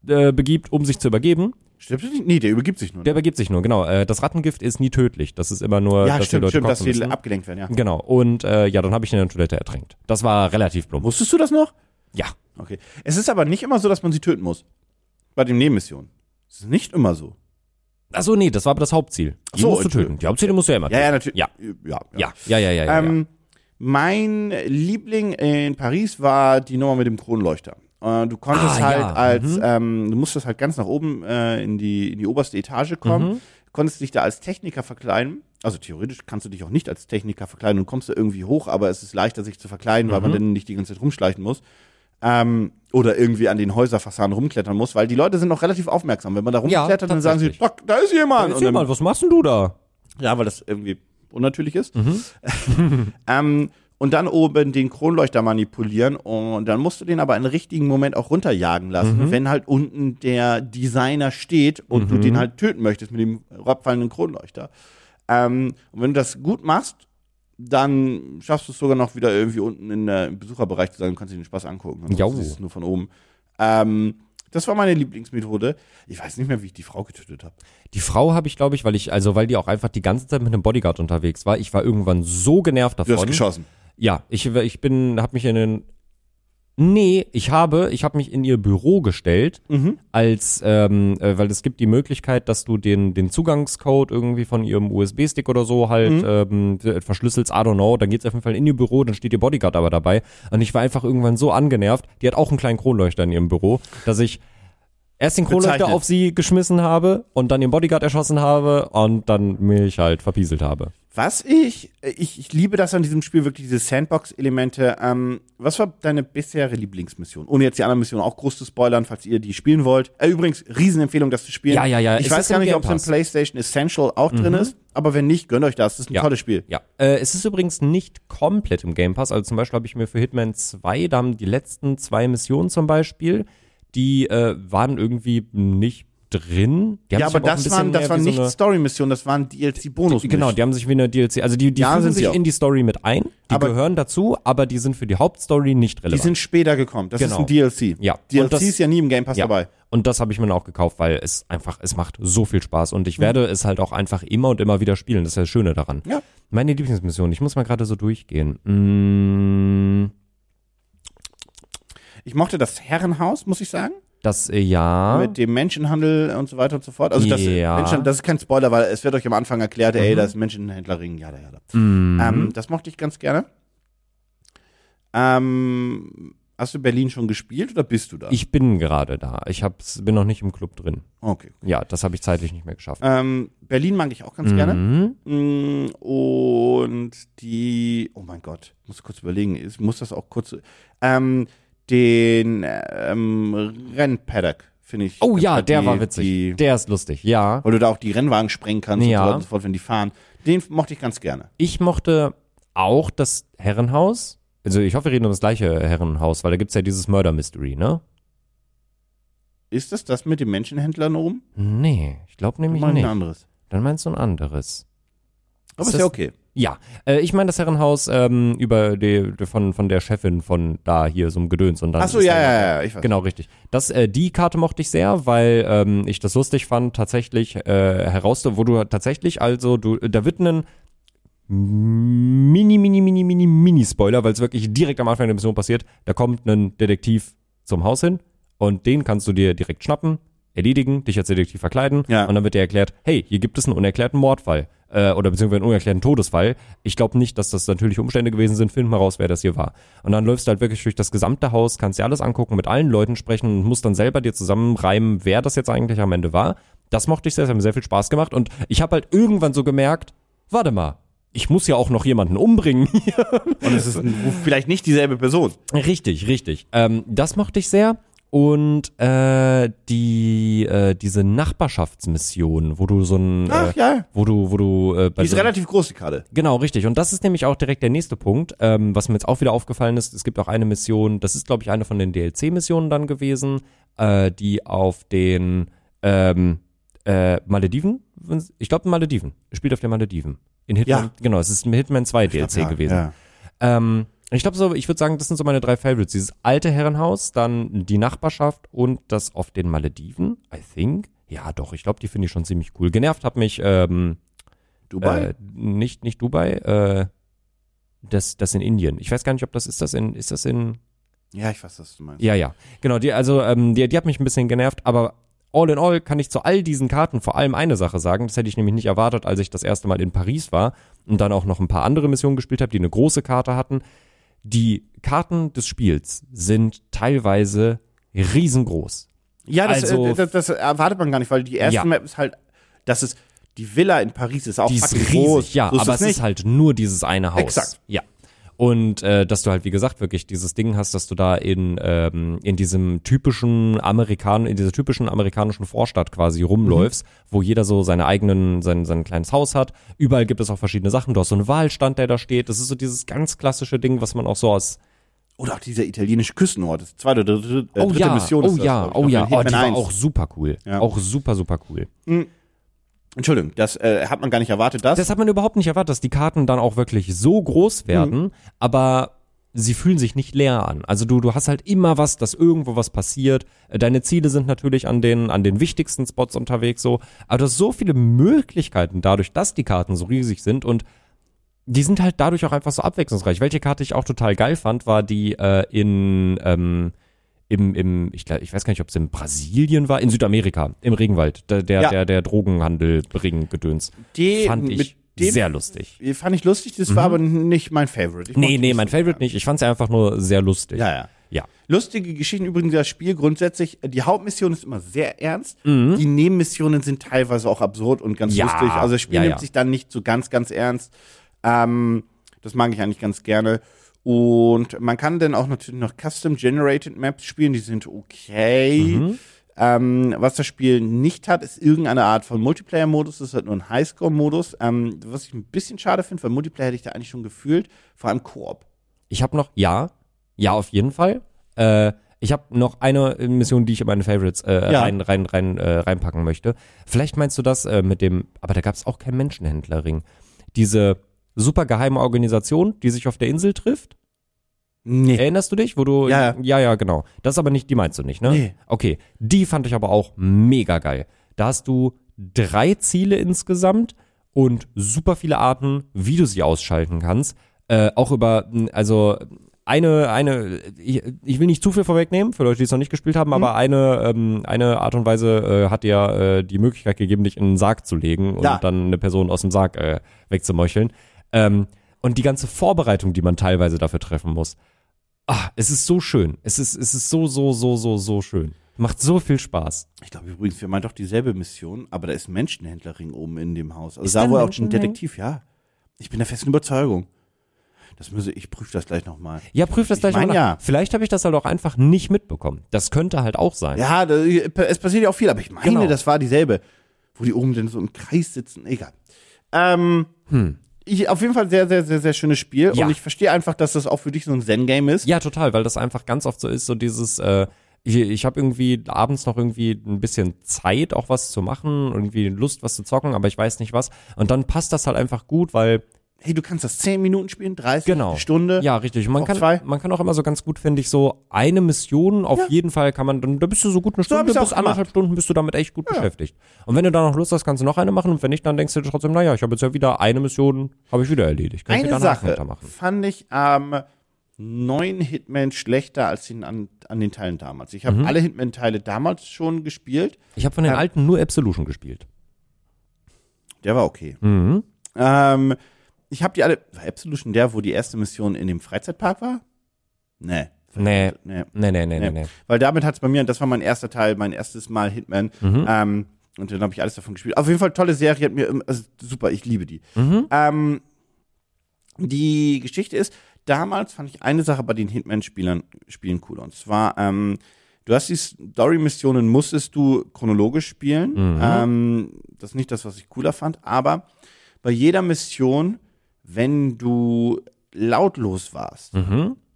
Speaker 2: äh, begibt, um sich zu übergeben.
Speaker 1: Stimmt das nicht? Nee, der übergibt sich nur.
Speaker 2: Der übergibt sich nur, genau. Äh, das Rattengift ist nie tödlich. Das ist immer nur,
Speaker 1: ja,
Speaker 2: dass die
Speaker 1: stimmt,
Speaker 2: Leute
Speaker 1: stimmt, dass
Speaker 2: kotzen
Speaker 1: die
Speaker 2: müssen.
Speaker 1: abgelenkt werden, ja.
Speaker 2: Genau. Und äh, ja, dann habe ich ihn in der Toilette ertränkt. Das war relativ plump.
Speaker 1: Wusstest du das noch?
Speaker 2: Ja.
Speaker 1: Okay. Es ist aber nicht immer so, dass man sie töten muss. Bei den Nebenmissionen. Es ist nicht immer so.
Speaker 2: Achso, nee, das war aber das Hauptziel. Die
Speaker 1: so,
Speaker 2: musst du
Speaker 1: Entschuldigung.
Speaker 2: töten. Die Hauptziele musst du ja immer
Speaker 1: Ja,
Speaker 2: töten.
Speaker 1: ja, natürlich.
Speaker 2: Ja.
Speaker 1: ja.
Speaker 2: Ja, ja, ja, ja. ja, ja.
Speaker 1: Ähm, mein Liebling in Paris war die Nummer mit dem Kronleuchter. Äh, Du konntest
Speaker 2: Ah,
Speaker 1: halt
Speaker 2: ja,
Speaker 1: als, ähm, du musstest halt ganz nach oben äh, in, die, in die oberste Etage kommen,
Speaker 2: Mhm.
Speaker 1: konntest dich da als Techniker verkleiden. Also theoretisch kannst du dich auch nicht als Techniker verkleiden und kommst da irgendwie hoch, aber es ist leichter, sich zu verkleiden, weil man
Speaker 2: Mhm.
Speaker 1: dann nicht die ganze Zeit rumschleichen muss. Ähm, oder irgendwie an den Häuserfassaden rumklettern muss, weil die Leute sind noch relativ aufmerksam. Wenn man da
Speaker 2: Ja,
Speaker 1: rumklettert, dann sagen sie,
Speaker 2: tatsächlich.
Speaker 1: "Doc, da ist jemand. Und
Speaker 2: Erzähl
Speaker 1: dann-
Speaker 2: mal, was machst denn du da?
Speaker 1: ja, weil das irgendwie unnatürlich ist. ähm, und dann oben den Kronleuchter manipulieren und dann musst du den aber einen richtigen Moment auch runterjagen lassen, wenn halt unten der Designer steht und du den halt töten möchtest mit dem herabfallenden Kronleuchter. Ähm, und wenn du das gut machst, dann schaffst du es sogar noch wieder irgendwie unten in der, im Besucherbereich zu sein und kannst dir den Spaß angucken. Ansonsten
Speaker 2: Jau.
Speaker 1: siehst du es nur von oben. Ähm, das war meine Lieblingsmethode. Ich weiß nicht mehr, wie ich die Frau getötet habe.
Speaker 2: Die Frau habe ich, glaube ich, weil ich, also weil die auch einfach die ganze Zeit mit einem Bodyguard unterwegs war. Ich war irgendwann so genervt davon.
Speaker 1: Du hast geschossen.
Speaker 2: Ja, ich, ich bin, hab mich in den. Nee, ich habe, ich habe mich in ihr Büro gestellt, als, ähm, äh, weil es gibt die Möglichkeit, dass du den, den Zugangscode irgendwie von ihrem USB-Stick oder so halt ähm, ver- verschlüsselst, I don't know, dann geht's auf jeden Fall in ihr Büro, dann steht ihr Bodyguard aber dabei. Und ich war einfach irgendwann so angenervt, die hat auch einen kleinen Kronleuchter in ihrem Büro, dass ich erst den Kronleuchter
Speaker 1: Bezeichnet.
Speaker 2: auf sie geschmissen habe und dann ihren Bodyguard erschossen habe und dann mich halt verpieselt habe.
Speaker 1: Was ich, äh, ich, ich liebe das an diesem Spiel, wirklich diese Sandbox-Elemente. Ähm, was war deine bisherige Lieblingsmission? Ohne jetzt die anderen Missionen auch groß zu spoilern, falls ihr die spielen wollt. Äh, übrigens, Riesenempfehlung, das zu spielen.
Speaker 2: Ja, ja, ja.
Speaker 1: Ich
Speaker 2: Ist
Speaker 1: weiß
Speaker 2: das
Speaker 1: gar
Speaker 2: im
Speaker 1: nicht,
Speaker 2: Game
Speaker 1: ob es im
Speaker 2: Pass? Mhm.
Speaker 1: PlayStation Essential auch drin ist, aber wenn nicht, gönnt euch das. Das ist ein
Speaker 2: Ja.
Speaker 1: tolles Spiel.
Speaker 2: Ja. Äh, es ist übrigens nicht komplett im Game Pass. Also zum Beispiel habe ich mir für Hitman 2, da haben die letzten zwei Missionen zum Beispiel, die äh, waren irgendwie nicht drin. Die haben
Speaker 1: Ja, aber
Speaker 2: sich auch ein
Speaker 1: das
Speaker 2: bisschen
Speaker 1: waren, das
Speaker 2: mehr
Speaker 1: waren
Speaker 2: wie
Speaker 1: nicht
Speaker 2: so eine-
Speaker 1: Story-Missionen, das waren DLC-Bonus.
Speaker 2: Genau, die haben sich wie eine DLC, also die, die
Speaker 1: Ja,
Speaker 2: fügen
Speaker 1: sind sie
Speaker 2: sich
Speaker 1: auch.
Speaker 2: in die Story mit ein, die
Speaker 1: Aber-
Speaker 2: gehören dazu, aber die sind für die Hauptstory nicht
Speaker 1: die
Speaker 2: relevant.
Speaker 1: sind später gekommen. Das
Speaker 2: Genau.
Speaker 1: ist ein DLC.
Speaker 2: Ja.
Speaker 1: DLC
Speaker 2: Und das-
Speaker 1: ist ja nie im Game Pass dabei.
Speaker 2: Und das habe ich mir dann auch gekauft, weil es einfach, es macht so viel Spaß und ich werde es halt auch einfach immer und immer wieder spielen. Das ist ja das Schöne daran.
Speaker 1: Mhm. Ja.
Speaker 2: Meine Lieblingsmission, ich muss mal gerade so durchgehen. Mm,
Speaker 1: Ich mochte das Herrenhaus, muss ich sagen.
Speaker 2: das, äh, ja.
Speaker 1: mit dem Menschenhandel und so weiter und so fort. Also das,
Speaker 2: Ja. Mhm.
Speaker 1: Menschenhandel- das ist kein Spoiler, weil es wird euch am Anfang erklärt, ey, das ist Menschenhändlerring, ja, ja, ja. Ähm, das mochte ich ganz gerne. Ähm, Hast du Berlin schon gespielt oder bist du da?
Speaker 2: Ich bin gerade da. Ich hab's, bin noch nicht im Club drin.
Speaker 1: okay.
Speaker 2: Ja, das habe ich zeitlich nicht mehr geschafft.
Speaker 1: Ähm, Berlin mag ich auch ganz gerne.
Speaker 2: Mhm.
Speaker 1: Mm, Und die, oh mein Gott, muss kurz überlegen, ich muss das auch kurz. Ähm, den ähm, Rennpaddock finde ich.
Speaker 2: Oh
Speaker 1: ganz
Speaker 2: ja,
Speaker 1: geil.
Speaker 2: der
Speaker 1: Die-
Speaker 2: war witzig.
Speaker 1: Die,
Speaker 2: Der ist lustig, ja.
Speaker 1: weil du da auch die Rennwagen sprengen kannst
Speaker 2: Ja.
Speaker 1: und so weiter und so fort, wenn die fahren. Den mochte ich ganz gerne.
Speaker 2: Ich mochte auch das Herrenhaus. Also ich hoffe, wir reden um das gleiche Herrenhaus, weil da gibt's ja dieses Murder Mystery, ne?
Speaker 1: Ist das das mit dem Menschenhändler oben?
Speaker 2: Nee, ich glaube nämlich
Speaker 1: Mal ein
Speaker 2: nicht.
Speaker 1: anderes.
Speaker 2: Dann meinst du ein anderes.
Speaker 1: Aber
Speaker 2: Ist
Speaker 1: ist, ja
Speaker 2: das-
Speaker 1: okay.
Speaker 2: Ja, äh, ich meine das Herrenhaus ähm, über die, die- von, von der Chefin von da hier so einem Gedöns und dann.
Speaker 1: Achso,
Speaker 2: ist
Speaker 1: ja,
Speaker 2: dann-
Speaker 1: ja, ja, ich weiß.
Speaker 2: Genau, richtig. Das, äh, die Karte mochte ich sehr, weil ähm, ich das lustig fand, tatsächlich äh, heraus, wo du tatsächlich, also, du, da wird ein mini, mini, mini, mini, mini Spoiler, weil es wirklich direkt am Anfang der Mission passiert, da kommt ein Detektiv zum Haus hin und den kannst du dir direkt schnappen, erledigen, dich als Detektiv verkleiden
Speaker 1: Ja.
Speaker 2: und dann wird dir erklärt, hey, hier gibt es einen unerklärten Mordfall äh, oder beziehungsweise einen unerklärten Todesfall. Ich glaube nicht, dass das natürliche Umstände gewesen sind, finden wir raus, wer das hier war. Und dann läufst du halt wirklich durch das gesamte Haus, kannst dir alles angucken, mit allen Leuten sprechen und musst dann selber dir zusammenreimen, wer das jetzt eigentlich am Ende war. Das mochte ich sehr, das hat mir sehr viel Spaß gemacht und ich habe halt irgendwann so gemerkt, warte mal, ich muss ja auch noch jemanden umbringen.
Speaker 1: Und es ist ein- vielleicht nicht dieselbe Person.
Speaker 2: Richtig, richtig. Ähm, das mochte ich sehr. Und äh, die äh, diese Nachbarschaftsmission, wo du so ein
Speaker 1: Ach
Speaker 2: äh,
Speaker 1: ja.
Speaker 2: wo du wo du äh, bei
Speaker 1: Die ist
Speaker 2: so,
Speaker 1: relativ groß, die Karte.
Speaker 2: genau richtig und das ist nämlich auch direkt der nächste Punkt, ähm, was mir jetzt auch wieder aufgefallen ist. Es gibt auch eine Mission, das ist glaube ich eine von den DLC-Missionen dann gewesen, äh, die auf den ähm, äh, Malediven, ich glaube Malediven, spielt auf den Malediven in Hitman,
Speaker 1: Ja.
Speaker 2: genau, es ist ein Hitman 2 DLC
Speaker 1: Ja,
Speaker 2: gewesen.
Speaker 1: Ja.
Speaker 2: Ähm, ich glaube so, ich würde sagen, das sind so meine drei Favorites. Dieses alte Herrenhaus, dann die Nachbarschaft und das auf den Malediven, I think. Ja, doch, ich glaube, die finde ich schon ziemlich cool. Genervt hat mich ähm,
Speaker 1: Dubai?
Speaker 2: äh, nicht, nicht Dubai, äh, das, das in Indien. Ich weiß gar nicht, ob das ist das in, ist das in.
Speaker 1: ja, ich weiß, was du meinst.
Speaker 2: Ja, ja. Genau, die, also ähm, die, die hat mich ein bisschen genervt, aber all in all kann ich zu all diesen Karten vor allem eine Sache sagen. Das hätte ich nämlich nicht erwartet, als ich das erste Mal in Paris war und dann auch noch ein paar andere Missionen gespielt habe, die eine große Karte hatten. Die Karten des Spiels sind teilweise riesengroß.
Speaker 1: Ja, das,
Speaker 2: Also-
Speaker 1: äh, das, das erwartet man gar nicht, weil die erste
Speaker 2: Ja.
Speaker 1: Map ist halt, das ist, die Villa in Paris ist auch
Speaker 2: Die ist
Speaker 1: fucking
Speaker 2: riesig,
Speaker 1: groß.
Speaker 2: ja,
Speaker 1: so ist
Speaker 2: aber
Speaker 1: es
Speaker 2: es ist
Speaker 1: nicht.
Speaker 2: halt nur dieses eine Haus.
Speaker 1: Exakt.
Speaker 2: Ja. Und äh, dass du halt, wie gesagt, wirklich dieses Ding hast, dass du da in, ähm, in diesem typischen Amerikan in dieser typischen amerikanischen Vorstadt quasi
Speaker 1: Mhm.
Speaker 2: rumläufst, wo jeder so seine eigenen, sein, sein kleines Haus hat. Überall gibt es auch verschiedene Sachen. Du hast so einen Wahlstand, der da steht. Das ist so dieses ganz klassische Ding, was man auch so aus
Speaker 1: Oder auch dieser italienische Küstenort. Das zweite, oder dritte, äh,
Speaker 2: Oh
Speaker 1: dritte
Speaker 2: ja,
Speaker 1: Mission
Speaker 2: oh
Speaker 1: ist das,
Speaker 2: ja,
Speaker 1: glaub ich,
Speaker 2: oh
Speaker 1: noch
Speaker 2: ja,
Speaker 1: in
Speaker 2: oh, die
Speaker 1: Hitman
Speaker 2: war
Speaker 1: 1.
Speaker 2: auch super cool.
Speaker 1: Ja.
Speaker 2: Auch super, super cool.
Speaker 1: Entschuldigung, das äh, hat man gar nicht erwartet, das. Mhm.
Speaker 2: Das hat man überhaupt nicht erwartet, dass die Karten dann auch wirklich so groß werden, aber sie fühlen sich nicht leer an. Also du, du hast halt immer was, dass irgendwo was passiert. Äh, Deine Ziele sind natürlich an den, an den wichtigsten Spots unterwegs so. Aber du hast so viele Möglichkeiten dadurch, dass die Karten so riesig sind und die sind halt dadurch auch einfach so abwechslungsreich. Welche Karte ich auch total geil fand, war die äh, in ähm, im, im ich, glaub, ich weiß gar nicht, ob es in Brasilien war, in Südamerika, im Regenwald, der der
Speaker 1: Ja.
Speaker 2: der, der Drogenhandel Ring gedöns.
Speaker 1: Die-
Speaker 2: fand ich
Speaker 1: mit dem-
Speaker 2: sehr lustig.
Speaker 1: Fand ich lustig, das war aber nicht mein Favorite. Ich
Speaker 2: Nee,
Speaker 1: mochte
Speaker 2: nee,
Speaker 1: das
Speaker 2: mein
Speaker 1: so
Speaker 2: Favorite nicht. Ich fand's einfach nur sehr lustig.
Speaker 1: gerne. Ja, ja.
Speaker 2: ja.
Speaker 1: Lustige Geschichten übrigens das Spiel grundsätzlich. äh, Die Hauptmission ist immer sehr ernst. Die Nebenmissionen sind teilweise auch absurd und ganz
Speaker 2: Mhm. Ja,
Speaker 1: lustig. Also das Spiel
Speaker 2: ja,
Speaker 1: nimmt
Speaker 2: ja.
Speaker 1: sich dann nicht so ganz, ganz ernst. Ähm, das mag ich eigentlich ganz gerne. Und man kann dann auch natürlich noch Custom Generated Maps spielen, die sind okay.
Speaker 2: Mhm.
Speaker 1: Ähm, was das Spiel nicht hat, ist irgendeine Art von Multiplayer-Modus. Das ist halt nur ein Highscore-Modus. Ähm, was ich ein bisschen schade finde, weil Multiplayer hätte ich da eigentlich schon gefühlt. Vor allem Koop.
Speaker 2: Ich habe noch, ja, ja, auf jeden Fall. Äh, ich habe noch eine Mission, die ich in meine Favorites äh,
Speaker 1: Ja.
Speaker 2: rein, rein, rein, äh, reinpacken möchte. Vielleicht meinst du das äh, mit dem, aber da gab es auch keinen Menschenhändlerring. Diese super geheime Organisation, die sich auf der Insel trifft.
Speaker 1: Nee.
Speaker 2: Erinnerst du dich, wo du
Speaker 1: Ja, ja.
Speaker 2: ja, ja, genau. Das ist aber nicht, die meinst du nicht, ne?
Speaker 1: Nee.
Speaker 2: Okay, die fand ich aber auch mega geil. Da hast du drei Ziele insgesamt und super viele Arten, wie du sie ausschalten kannst. Äh, auch über, mh, also eine, eine, ich, ich will nicht zu viel vorwegnehmen, für Leute, die es noch nicht gespielt
Speaker 1: Mhm.
Speaker 2: haben, aber eine, ähm, eine Art und Weise äh, hat dir äh, die Möglichkeit gegeben, dich in einen Sarg zu legen und
Speaker 1: Ja.
Speaker 2: dann eine Person aus dem Sarg äh, wegzumeucheln. Ähm, und die ganze Vorbereitung, die man teilweise dafür treffen muss ah, es ist so schön. Es ist, es ist so, so, so, so, so schön. Macht so viel Spaß.
Speaker 1: Ich glaube übrigens, wir meinen doch dieselbe Mission, aber da ist ein Menschenhändlerring oben in dem Haus. Also
Speaker 2: Ist da
Speaker 1: da
Speaker 2: ein
Speaker 1: wohl auch ein
Speaker 2: Menschenhändlerring?
Speaker 1: Detektiv, ja. Ich bin der festen Überzeugung. Das müsse ich prüfe das gleich nochmal.
Speaker 2: Ja, prüf das
Speaker 1: Ich
Speaker 2: gleich
Speaker 1: mein,
Speaker 2: mal. nach.
Speaker 1: ja.
Speaker 2: Vielleicht habe ich das halt auch einfach nicht mitbekommen. Das könnte halt auch sein.
Speaker 1: Ja, da, es passiert ja auch viel, aber ich meine,
Speaker 2: Genau.
Speaker 1: das war dieselbe. Wo die oben denn so im Kreis sitzen, egal. Ähm, ich, auf jeden Fall sehr, sehr, sehr, sehr schönes Spiel.
Speaker 2: Hm. Ja.
Speaker 1: Und ich verstehe einfach, dass das auch für dich so ein Zen-Game ist.
Speaker 2: Ja, total, weil das einfach ganz oft so ist, so dieses, äh, ich, ich habe irgendwie abends noch irgendwie ein bisschen Zeit, auch was zu machen, irgendwie Lust, was zu zocken, aber ich weiß nicht was. Und dann passt das halt einfach gut, weil,
Speaker 1: Hey, du kannst das 10 Minuten spielen, 30
Speaker 2: genau.
Speaker 1: eine Stunde.
Speaker 2: Ja, richtig. Und man
Speaker 1: auch
Speaker 2: kann,
Speaker 1: zwei.
Speaker 2: man kann auch immer so ganz gut, finde ich, so eine Mission, auf jeden Fall kann man, dann, da bist du so gut eine
Speaker 1: hab
Speaker 2: Stunde,
Speaker 1: ich's auch
Speaker 2: bis anderthalb Stunden bist du damit echt gut beschäftigt. Und wenn du da noch Lust hast, kannst du noch eine machen und wenn nicht, dann denkst du dir trotzdem, naja, ich habe jetzt ja wieder eine Mission, habe ich wieder erledigt. Kann ich
Speaker 1: Eine
Speaker 2: wieder
Speaker 1: Sache
Speaker 2: weitermachen.
Speaker 1: fand ich am neuen Hitman schlechter als den an, an den Teilen damals. Ich
Speaker 2: Mhm.
Speaker 1: habe alle Hitman-Teile damals schon gespielt.
Speaker 2: Ich habe von den
Speaker 1: Ähm,
Speaker 2: alten nur Absolution gespielt.
Speaker 1: Der war okay.
Speaker 2: Mhm.
Speaker 1: Ähm, ich habe die alle. War Absolution der, wo die erste Mission in dem Freizeitpark war? Nee.
Speaker 2: Nee.
Speaker 1: nee.
Speaker 2: Nee, nee, nee, nee,
Speaker 1: Nee.
Speaker 2: nee.
Speaker 1: Weil damit hat es bei mir, das war mein erster Teil, mein erstes Mal Hitman. Ähm, und dann habe ich alles davon gespielt. Auf jeden Fall tolle Serie, hat mir im- also super, ich liebe die. Ähm, die Geschichte ist, damals fand ich eine Sache bei den Hitman-Spielern spielen cool. Und zwar, ähm, du hast die Story-Missionen, musstest du chronologisch spielen. Ähm, das ist nicht das, was ich cooler fand, aber bei jeder Mission, wenn du lautlos warst,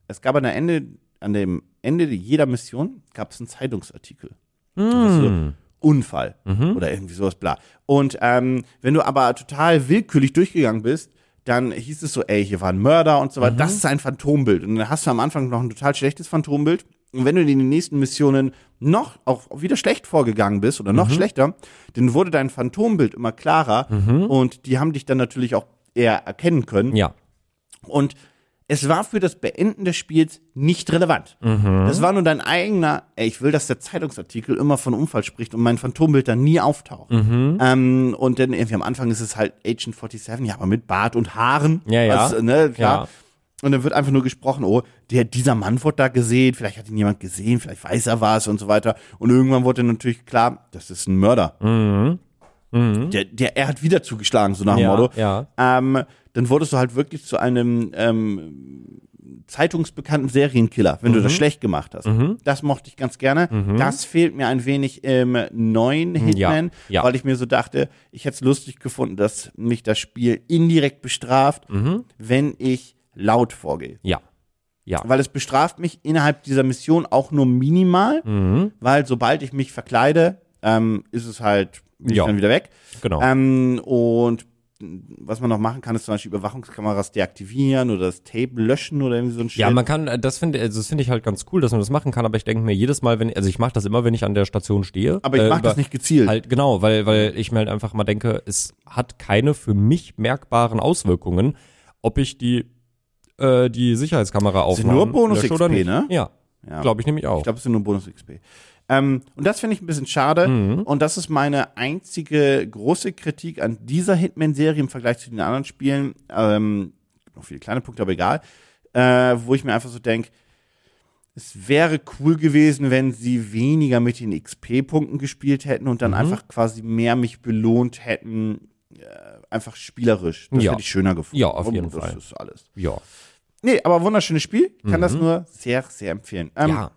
Speaker 1: es gab an, der Ende, an dem Ende jeder Mission gab es einen Zeitungsartikel. Also so Unfall oder irgendwie sowas, bla. Und ähm, wenn du aber total willkürlich durchgegangen bist, dann hieß es so, ey, hier war ein Mörder und so weiter. Das ist ein Phantombild. Und dann hast du am Anfang noch ein total schlechtes Phantombild. Und wenn du in den nächsten Missionen noch auch wieder schlecht vorgegangen bist oder noch schlechter, dann wurde dein Phantombild immer klarer und die haben dich dann natürlich auch eher erkennen können.
Speaker 2: Ja.
Speaker 1: Und es war für das Beenden des Spiels nicht relevant.
Speaker 2: Mhm.
Speaker 1: Das war nur dein eigener, ey, ich will, dass der Zeitungsartikel immer von Unfall spricht und mein Phantombild dann nie auftaucht.
Speaker 2: Mhm.
Speaker 1: Ähm, und dann irgendwie am Anfang ist es halt Agent 47, ja, aber mit Bart und Haaren.
Speaker 2: Ja, ja.
Speaker 1: Also, ne, klar.
Speaker 2: Ja.
Speaker 1: Und dann wird einfach nur gesprochen, oh, der, dieser Mann wurde da gesehen, vielleicht hat ihn jemand gesehen, vielleicht weiß er was und so weiter. Und irgendwann wurde dann natürlich klar, das ist ein Mörder. Mhm. Der, der, er hat wieder zugeschlagen, so nach dem
Speaker 2: Ja,
Speaker 1: Motto.
Speaker 2: ja.
Speaker 1: Ähm, dann wurdest du halt wirklich zu einem ähm, zeitungsbekannten Serienkiller, wenn
Speaker 2: Mhm.
Speaker 1: du das schlecht gemacht hast. Das mochte ich ganz gerne. Das fehlt mir ein wenig im neuen Hitman,
Speaker 2: ja.
Speaker 1: weil ich mir so dachte, ich hätte es lustig gefunden, dass mich das Spiel indirekt bestraft,
Speaker 2: Mhm.
Speaker 1: wenn ich laut vorgehe.
Speaker 2: Ja. Ja.
Speaker 1: Weil es bestraft mich innerhalb dieser Mission auch nur minimal,
Speaker 2: Mhm.
Speaker 1: weil sobald ich mich verkleide, ähm, ist es halt bin ich
Speaker 2: Ja.
Speaker 1: dann wieder weg.
Speaker 2: Genau.
Speaker 1: Ähm, und was man noch machen kann, ist zum Beispiel Überwachungskameras deaktivieren oder das Tape löschen oder irgendwie so ein Shit.
Speaker 2: ja, man kann, äh, das finde also das finde ich halt ganz cool, dass man das machen kann, aber ich denke mir jedes Mal, wenn, also ich mache das immer, wenn ich an der Station stehe.
Speaker 1: aber ich
Speaker 2: äh,
Speaker 1: mache
Speaker 2: über-
Speaker 1: das nicht Mhm. gezielt.
Speaker 2: Halt, genau, weil, weil ich mir halt einfach mal denke, es hat keine für mich merkbaren Auswirkungen, ob ich die, äh, die Sicherheitskamera aufmache.
Speaker 1: Sind nur Bonus
Speaker 2: lösche oder
Speaker 1: XP,
Speaker 2: nicht.
Speaker 1: ne?
Speaker 2: Ja.
Speaker 1: Ja.
Speaker 2: Glaube ich nämlich auch.
Speaker 1: Ich glaube, es sind nur Bonus-XP. Ähm, und das finde ich ein bisschen schade.
Speaker 2: Mhm.
Speaker 1: Und das ist meine einzige große Kritik an dieser Hitman-Serie im Vergleich zu den anderen Spielen. Ähm, gibt noch viele kleine Punkte, aber egal. Äh, wo ich mir einfach so denke, es wäre cool gewesen, wenn sie weniger mit den XP-Punkten gespielt hätten und dann
Speaker 2: Mhm.
Speaker 1: einfach quasi mehr mich belohnt hätten, äh, einfach spielerisch. Das
Speaker 2: Ja.
Speaker 1: hätte ich schöner gefunden.
Speaker 2: Ja, auf
Speaker 1: Aber
Speaker 2: jeden
Speaker 1: das
Speaker 2: Fall.
Speaker 1: ist alles.
Speaker 2: ja.
Speaker 1: Nee, aber wunderschönes Spiel. Ich kann das nur sehr, sehr empfehlen. Ähm,
Speaker 2: Mhm. ja.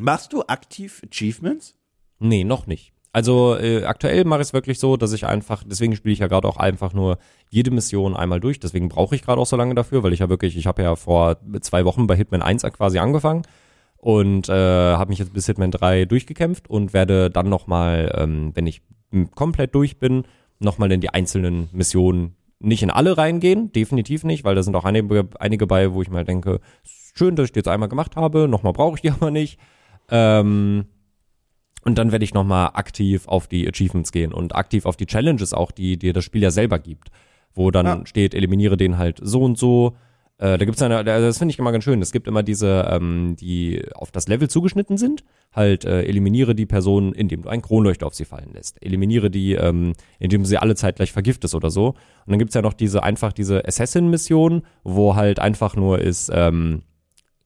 Speaker 1: Machst du aktiv Achievements?
Speaker 2: Nee, noch nicht. Also äh, aktuell mache ich es wirklich so, dass ich einfach, deswegen spiele ich ja gerade auch einfach nur jede Mission einmal durch. Deswegen brauche ich gerade auch so lange dafür, weil ich ja wirklich, ich habe ja vor zwei Wochen bei Hitman 1 quasi angefangen und äh, habe mich jetzt bis Hitman 3 durchgekämpft und werde dann nochmal, ähm, wenn ich m- komplett durch bin, nochmal in die einzelnen Missionen nicht in alle reingehen, definitiv nicht, weil da sind auch einige, einige bei, wo ich mal denke, schön, dass ich die jetzt einmal gemacht habe, nochmal brauche ich die aber nicht. Ähm, und dann werde ich nochmal aktiv auf die Achievements gehen und aktiv auf die Challenges auch, die dir das Spiel ja selber gibt. Wo dann
Speaker 1: Ja.
Speaker 2: steht, eliminiere den halt so und so. Äh, da gibt's eine, da- das finde ich immer ganz schön. Es gibt immer diese, ähm, die auf das Level zugeschnitten sind. Halt, äh, eliminiere die Person, indem du einen Kronleuchter auf sie fallen lässt. Eliminiere die, ähm, indem du sie alle zeitgleich vergiftest oder so. Und dann gibt's ja noch diese, einfach diese Assassin-Mission, wo halt einfach nur ist, ähm,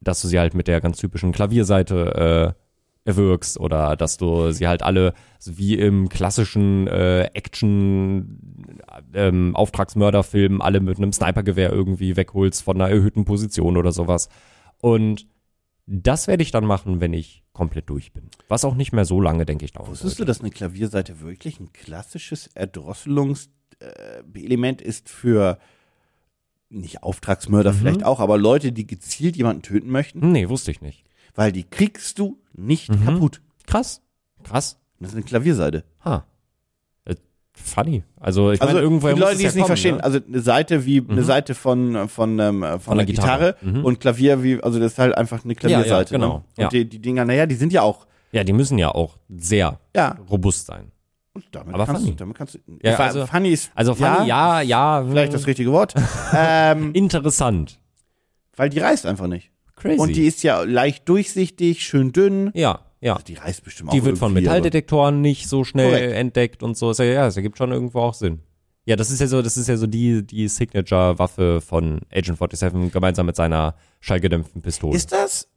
Speaker 2: dass du sie halt mit der ganz typischen Klavierseite äh, erwirkst oder dass du sie halt alle so wie im klassischen äh, Action ähm, Auftragsmörderfilm alle mit einem Snipergewehr irgendwie wegholst von einer erhöhten Position oder sowas. Und das werde ich dann machen, wenn ich komplett durch bin. Was auch nicht mehr so lange, denke ich, dauert.
Speaker 1: Wusstest du, dass eine Klavierseite wirklich ein klassisches Erdrosselungselement ist für nicht
Speaker 2: Mhm.
Speaker 1: Auftragsmörder vielleicht auch, aber Leute, die gezielt jemanden töten möchten,
Speaker 2: Nee, wusste ich nicht.
Speaker 1: weil die kriegst du nicht
Speaker 2: Mhm.
Speaker 1: kaputt.
Speaker 2: Krass. Krass.
Speaker 1: Das ist eine Klavierseite.
Speaker 2: Ha. Äh, funny. Also, ich
Speaker 1: Also
Speaker 2: meine, irgendwoher
Speaker 1: die
Speaker 2: muss
Speaker 1: Leute, die
Speaker 2: ja
Speaker 1: es nicht
Speaker 2: kommen,
Speaker 1: verstehen,
Speaker 2: Ne? Mhm.
Speaker 1: also eine Seite wie eine Seite von äh, von ähm, äh, von,
Speaker 2: der
Speaker 1: einer Gitarre,
Speaker 2: Gitarre. Mhm.
Speaker 1: und Klavier wie also das ist halt einfach eine Klavierseite.
Speaker 2: Ja, ja, genau.
Speaker 1: Ne? Und
Speaker 2: Ja.
Speaker 1: die, die Dinger, naja, die sind ja auch
Speaker 2: Ja, die müssen ja auch sehr
Speaker 1: ja.
Speaker 2: robust sein.
Speaker 1: Und damit
Speaker 2: Aber
Speaker 1: kannst du,
Speaker 2: funny.
Speaker 1: damit kannst du.
Speaker 2: Ja,
Speaker 1: Ja,
Speaker 2: also-
Speaker 1: funny ist
Speaker 2: Also, funny, ja, ja. äh,
Speaker 1: vielleicht das richtige Wort, ähm,
Speaker 2: interessant.
Speaker 1: weil die reißt einfach nicht.
Speaker 2: Crazy.
Speaker 1: Und die ist ja leicht durchsichtig, schön dünn. Also
Speaker 2: ja, ja.
Speaker 1: Die reißt bestimmt auch
Speaker 2: Die wird von
Speaker 1: irgendwie, aber-
Speaker 2: Metalldetektoren nicht so schnell
Speaker 1: Korrekt.
Speaker 2: entdeckt und so. Ist ja, ja, das ergibt schon irgendwo auch Sinn. Ja, das ist ja so, das ist ja so die, die Signature-Waffe von Agent 47 gemeinsam mit seiner schallgedämpften Pistole.
Speaker 1: Ist das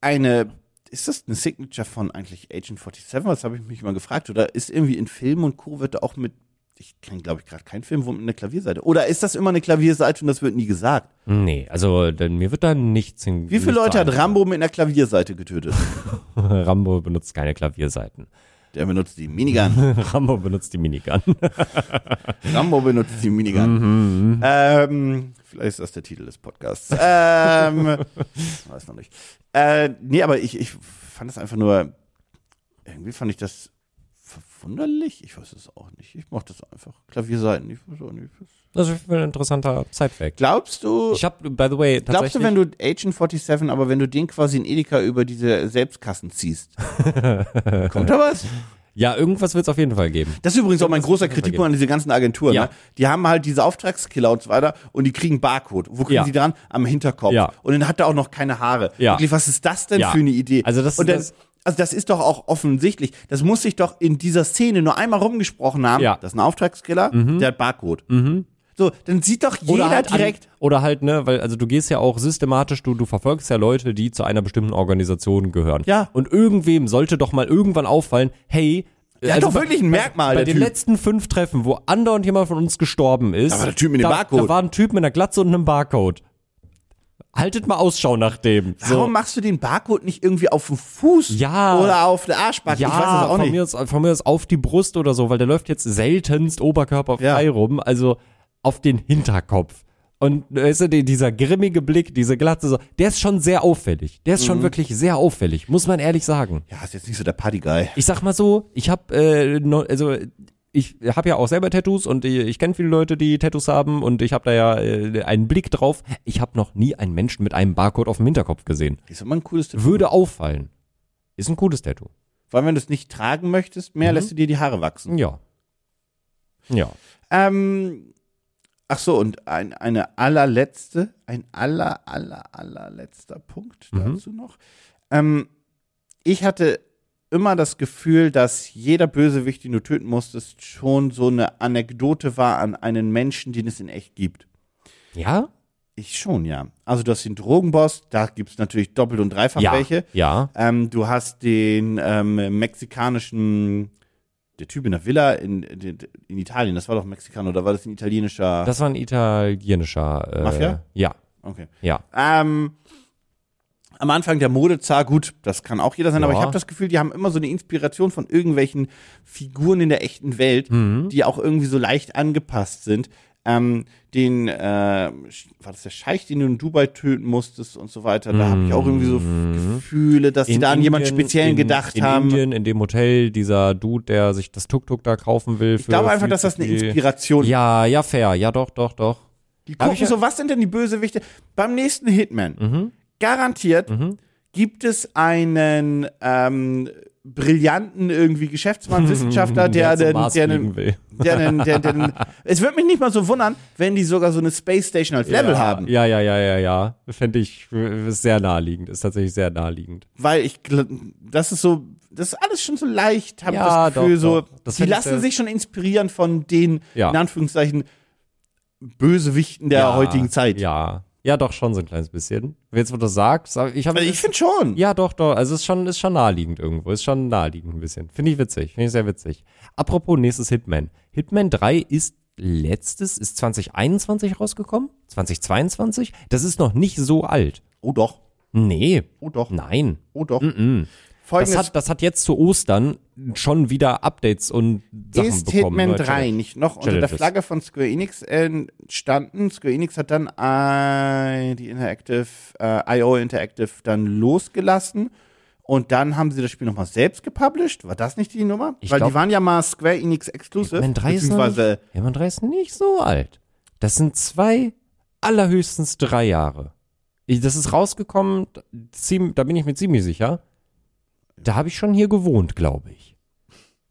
Speaker 1: eine, ist das eine Signature von eigentlich Agent 47? Das habe ich mich mal gefragt. Oder ist irgendwie in Filmen und Co. wird da auch mit, ich kenne glaube ich gerade keinen Film, wo mit einer Klavierseite. Oder ist das immer eine Klavierseite und das wird nie gesagt?
Speaker 2: nee, also denn mir wird da nichts hin.
Speaker 1: Wie viele
Speaker 2: nichts
Speaker 1: Leute hat
Speaker 2: sagen.
Speaker 1: Rambo mit einer Klavierseite getötet?
Speaker 2: Rambo benutzt keine Klavierseiten.
Speaker 1: Der benutzt die Minigun.
Speaker 2: Rambo benutzt die Minigun.
Speaker 1: Rambo benutzt die Minigun.
Speaker 2: Mhm,
Speaker 1: ähm, vielleicht ist das der Titel des Podcasts. Ähm, weiß noch nicht. Äh, nee, aber ich, ich fand es einfach nur, irgendwie fand ich das verwunderlich. Ich weiß es auch nicht. Ich mochte es einfach. Klavierseiten, ich weiß auch nicht.
Speaker 2: Das ist ein interessanter Side-Fact.
Speaker 1: Glaubst du,
Speaker 2: Ich habe, by the way,
Speaker 1: glaubst du,
Speaker 2: tatsächlich.
Speaker 1: wenn du Agent 47, aber wenn du den quasi in Edeka über diese Selbstkassen ziehst, kommt da was?
Speaker 2: ja, irgendwas wird es auf jeden Fall geben.
Speaker 1: Das ist übrigens auch mein großer Kritikpunkt an diese ganzen Agenturen.
Speaker 2: Ja.
Speaker 1: Ne? Die haben halt diese Auftragskiller und so weiter und die kriegen Barcode. Wo kriegen
Speaker 2: Ja.
Speaker 1: sie dran? Am Hinterkopf.
Speaker 2: Ja.
Speaker 1: Und dann hat er auch noch keine Haare.
Speaker 2: Ja.
Speaker 1: Wirklich, was ist das denn
Speaker 2: Ja.
Speaker 1: für eine Idee?
Speaker 2: Also das-
Speaker 1: und dann,
Speaker 2: das-
Speaker 1: also das ist doch auch offensichtlich. Das muss sich doch in dieser Szene nur einmal rumgesprochen haben.
Speaker 2: Ja. Mhm.
Speaker 1: Das ist ein Auftragskiller, der hat Barcode. So, dann sieht doch jeder
Speaker 2: halt an-
Speaker 1: direkt.
Speaker 2: oder halt, ne, weil, also du gehst ja auch systematisch, du, du verfolgst ja Leute, die zu einer bestimmten Organisation gehören.
Speaker 1: Ja.
Speaker 2: Und irgendwem sollte doch mal irgendwann auffallen, hey, also
Speaker 1: Der hat doch wirklich ein Merkmal, der
Speaker 2: Bei den
Speaker 1: Typ.
Speaker 2: letzten fünf Treffen, wo andauernd jemand von uns gestorben ist.
Speaker 1: Da war der Typ mit dem
Speaker 2: da,
Speaker 1: Barcode.
Speaker 2: Da war ein Typ mit einer Glatze und einem Barcode. Haltet mal Ausschau nach dem. So.
Speaker 1: Warum machst du den Barcode nicht irgendwie auf dem Fuß
Speaker 2: Ja.
Speaker 1: oder auf der Arschbacke?
Speaker 2: Ja,
Speaker 1: ich weiß es auch
Speaker 2: von,
Speaker 1: nicht.
Speaker 2: Mir ist, von mir ist auf die Brust oder so, weil der läuft jetzt seltenst oberkörperfrei
Speaker 1: Ja.
Speaker 2: rum, also auf den Hinterkopf. Und weißt du, die- dieser grimmige Blick, diese Glatze, so, der ist schon sehr auffällig. Der ist
Speaker 1: Mhm.
Speaker 2: schon wirklich sehr auffällig, muss man ehrlich sagen.
Speaker 1: Ja, ist jetzt nicht so der Party-Guy.
Speaker 2: Ich sag mal so, ich hab, äh, no, also ich habe ja auch selber Tattoos und ich, ich kenne viele Leute, die Tattoos haben und ich habe da ja äh, einen Blick drauf. Ich habe noch nie einen Menschen mit einem Barcode auf dem Hinterkopf gesehen.
Speaker 1: Ist immer ein cooles Tattoo.
Speaker 2: Würde auffallen. Ist ein cooles Tattoo.
Speaker 1: Vor allem, wenn du es nicht tragen möchtest, mehr lässt du dir die Haare wachsen.
Speaker 2: Ja. Ja.
Speaker 1: Ähm, ach so, und ein, eine allerletzte, ein aller, aller, allerletzter Punkt dazu noch. Ähm, ich hatte immer das Gefühl, dass jeder Bösewicht, den du töten musstest, schon so eine Anekdote war an einen Menschen, den es in echt gibt.
Speaker 2: Ja?
Speaker 1: Ich schon, ja. Also du hast den Drogenboss, da gibt es natürlich doppelt und dreifach
Speaker 2: ja.
Speaker 1: welche.
Speaker 2: Ja.
Speaker 1: Ähm, du hast den ähm, mexikanischen, der Typ in der Villa in, in, in Italien, das war doch Mexikaner oder war das ein italienischer?
Speaker 2: Das war ein italienischer. Äh,
Speaker 1: Ah. Mafia?
Speaker 2: Ja.
Speaker 1: okay.
Speaker 2: Ja.
Speaker 1: Ähm, am Anfang der Modezar, gut, das kann auch jeder sein, aber
Speaker 2: Ja.
Speaker 1: ich habe das Gefühl, die haben immer so eine Inspiration von irgendwelchen Figuren in der echten Welt,
Speaker 2: Mhm.
Speaker 1: die auch irgendwie so leicht angepasst sind. Ähm, den, äh, Sch- war das der Scheich, den du in Dubai töten musstest und so weiter, da habe ich auch irgendwie so Gefühle, dass die da an jemanden speziellen
Speaker 2: Mhm. in,
Speaker 1: gedacht
Speaker 2: in
Speaker 1: haben.
Speaker 2: In Indien, in dem Hotel, dieser Dude, der sich das Tuk-Tuk da kaufen will.
Speaker 1: Ich glaube einfach, dass das eine Inspiration ist.
Speaker 2: Ja, ja, fair. Ja, doch, doch, doch.
Speaker 1: Die
Speaker 2: Hab
Speaker 1: gucken
Speaker 2: ich ja- Mhm.
Speaker 1: so, was sind denn die Bösewichte? Beim nächsten Hitman, garantiert gibt es einen ähm, brillanten irgendwie Geschäftsmann, Wissenschaftler, der,
Speaker 2: zum
Speaker 1: der, der,
Speaker 2: Mars
Speaker 1: der,
Speaker 2: fliegen
Speaker 1: einen-
Speaker 2: will.
Speaker 1: der, einen- der, der, einen- Es würde mich nicht mal so wundern, wenn die sogar so eine Space Station als Level
Speaker 2: ja,
Speaker 1: haben.
Speaker 2: Ja, ja, ja, ja, ja. Fände ich äh, ist sehr naheliegend. Ist tatsächlich sehr naheliegend.
Speaker 1: Weil ich gl- das ist so, das ist alles schon so leicht, habe ich
Speaker 2: Ja,
Speaker 1: das Gefühl,
Speaker 2: doch,
Speaker 1: so.
Speaker 2: doch. Das
Speaker 1: die
Speaker 2: fänd ich
Speaker 1: lassen
Speaker 2: sehr-
Speaker 1: sich schon inspirieren von den,
Speaker 2: Ja.
Speaker 1: in Anführungszeichen, Bösewichten der
Speaker 2: ja,
Speaker 1: heutigen Zeit.
Speaker 2: Ja. Ja, doch, schon so ein kleines bisschen. Jetzt, wo du sagst, aber ich habe.
Speaker 1: Also ich finde schon.
Speaker 2: ja, doch, doch. Also es ist schon, ist schon naheliegend irgendwo. Ist schon naheliegend ein bisschen. Finde ich witzig. Finde ich sehr witzig. Apropos nächstes Hitman. Hitman 3 ist letztes, ist 2021 rausgekommen? 2022? Das ist noch nicht so alt.
Speaker 1: Oh doch.
Speaker 2: Nee.
Speaker 1: Oh doch.
Speaker 2: Nein.
Speaker 1: Oh doch.
Speaker 2: Das
Speaker 1: Folgendes
Speaker 2: hat, das hat jetzt zu Ostern schon wieder Updates und Sachen
Speaker 1: ist
Speaker 2: bekommen.
Speaker 1: Hitman
Speaker 2: Leute.
Speaker 1: 3 nicht noch unter der
Speaker 2: Challenges.
Speaker 1: Flagge von Square Enix entstanden. Square Enix hat dann äh, die Interactive, äh, IO Interactive dann losgelassen. Und dann haben sie das Spiel nochmal selbst gepublished. War das nicht die Nummer?
Speaker 2: Ich
Speaker 1: Weil
Speaker 2: glaub-
Speaker 1: die waren ja mal Square Enix Exclusive.
Speaker 2: Hitman 3 ist noch
Speaker 1: beziehungsweise,
Speaker 2: nicht, Hitman 3 ist nicht so alt. Das sind zwei, allerhöchstens drei Jahre. Ich, das ist rausgekommen, ziem- da bin ich mir ziemlich sicher. Da habe ich schon hier gewohnt, glaube ich.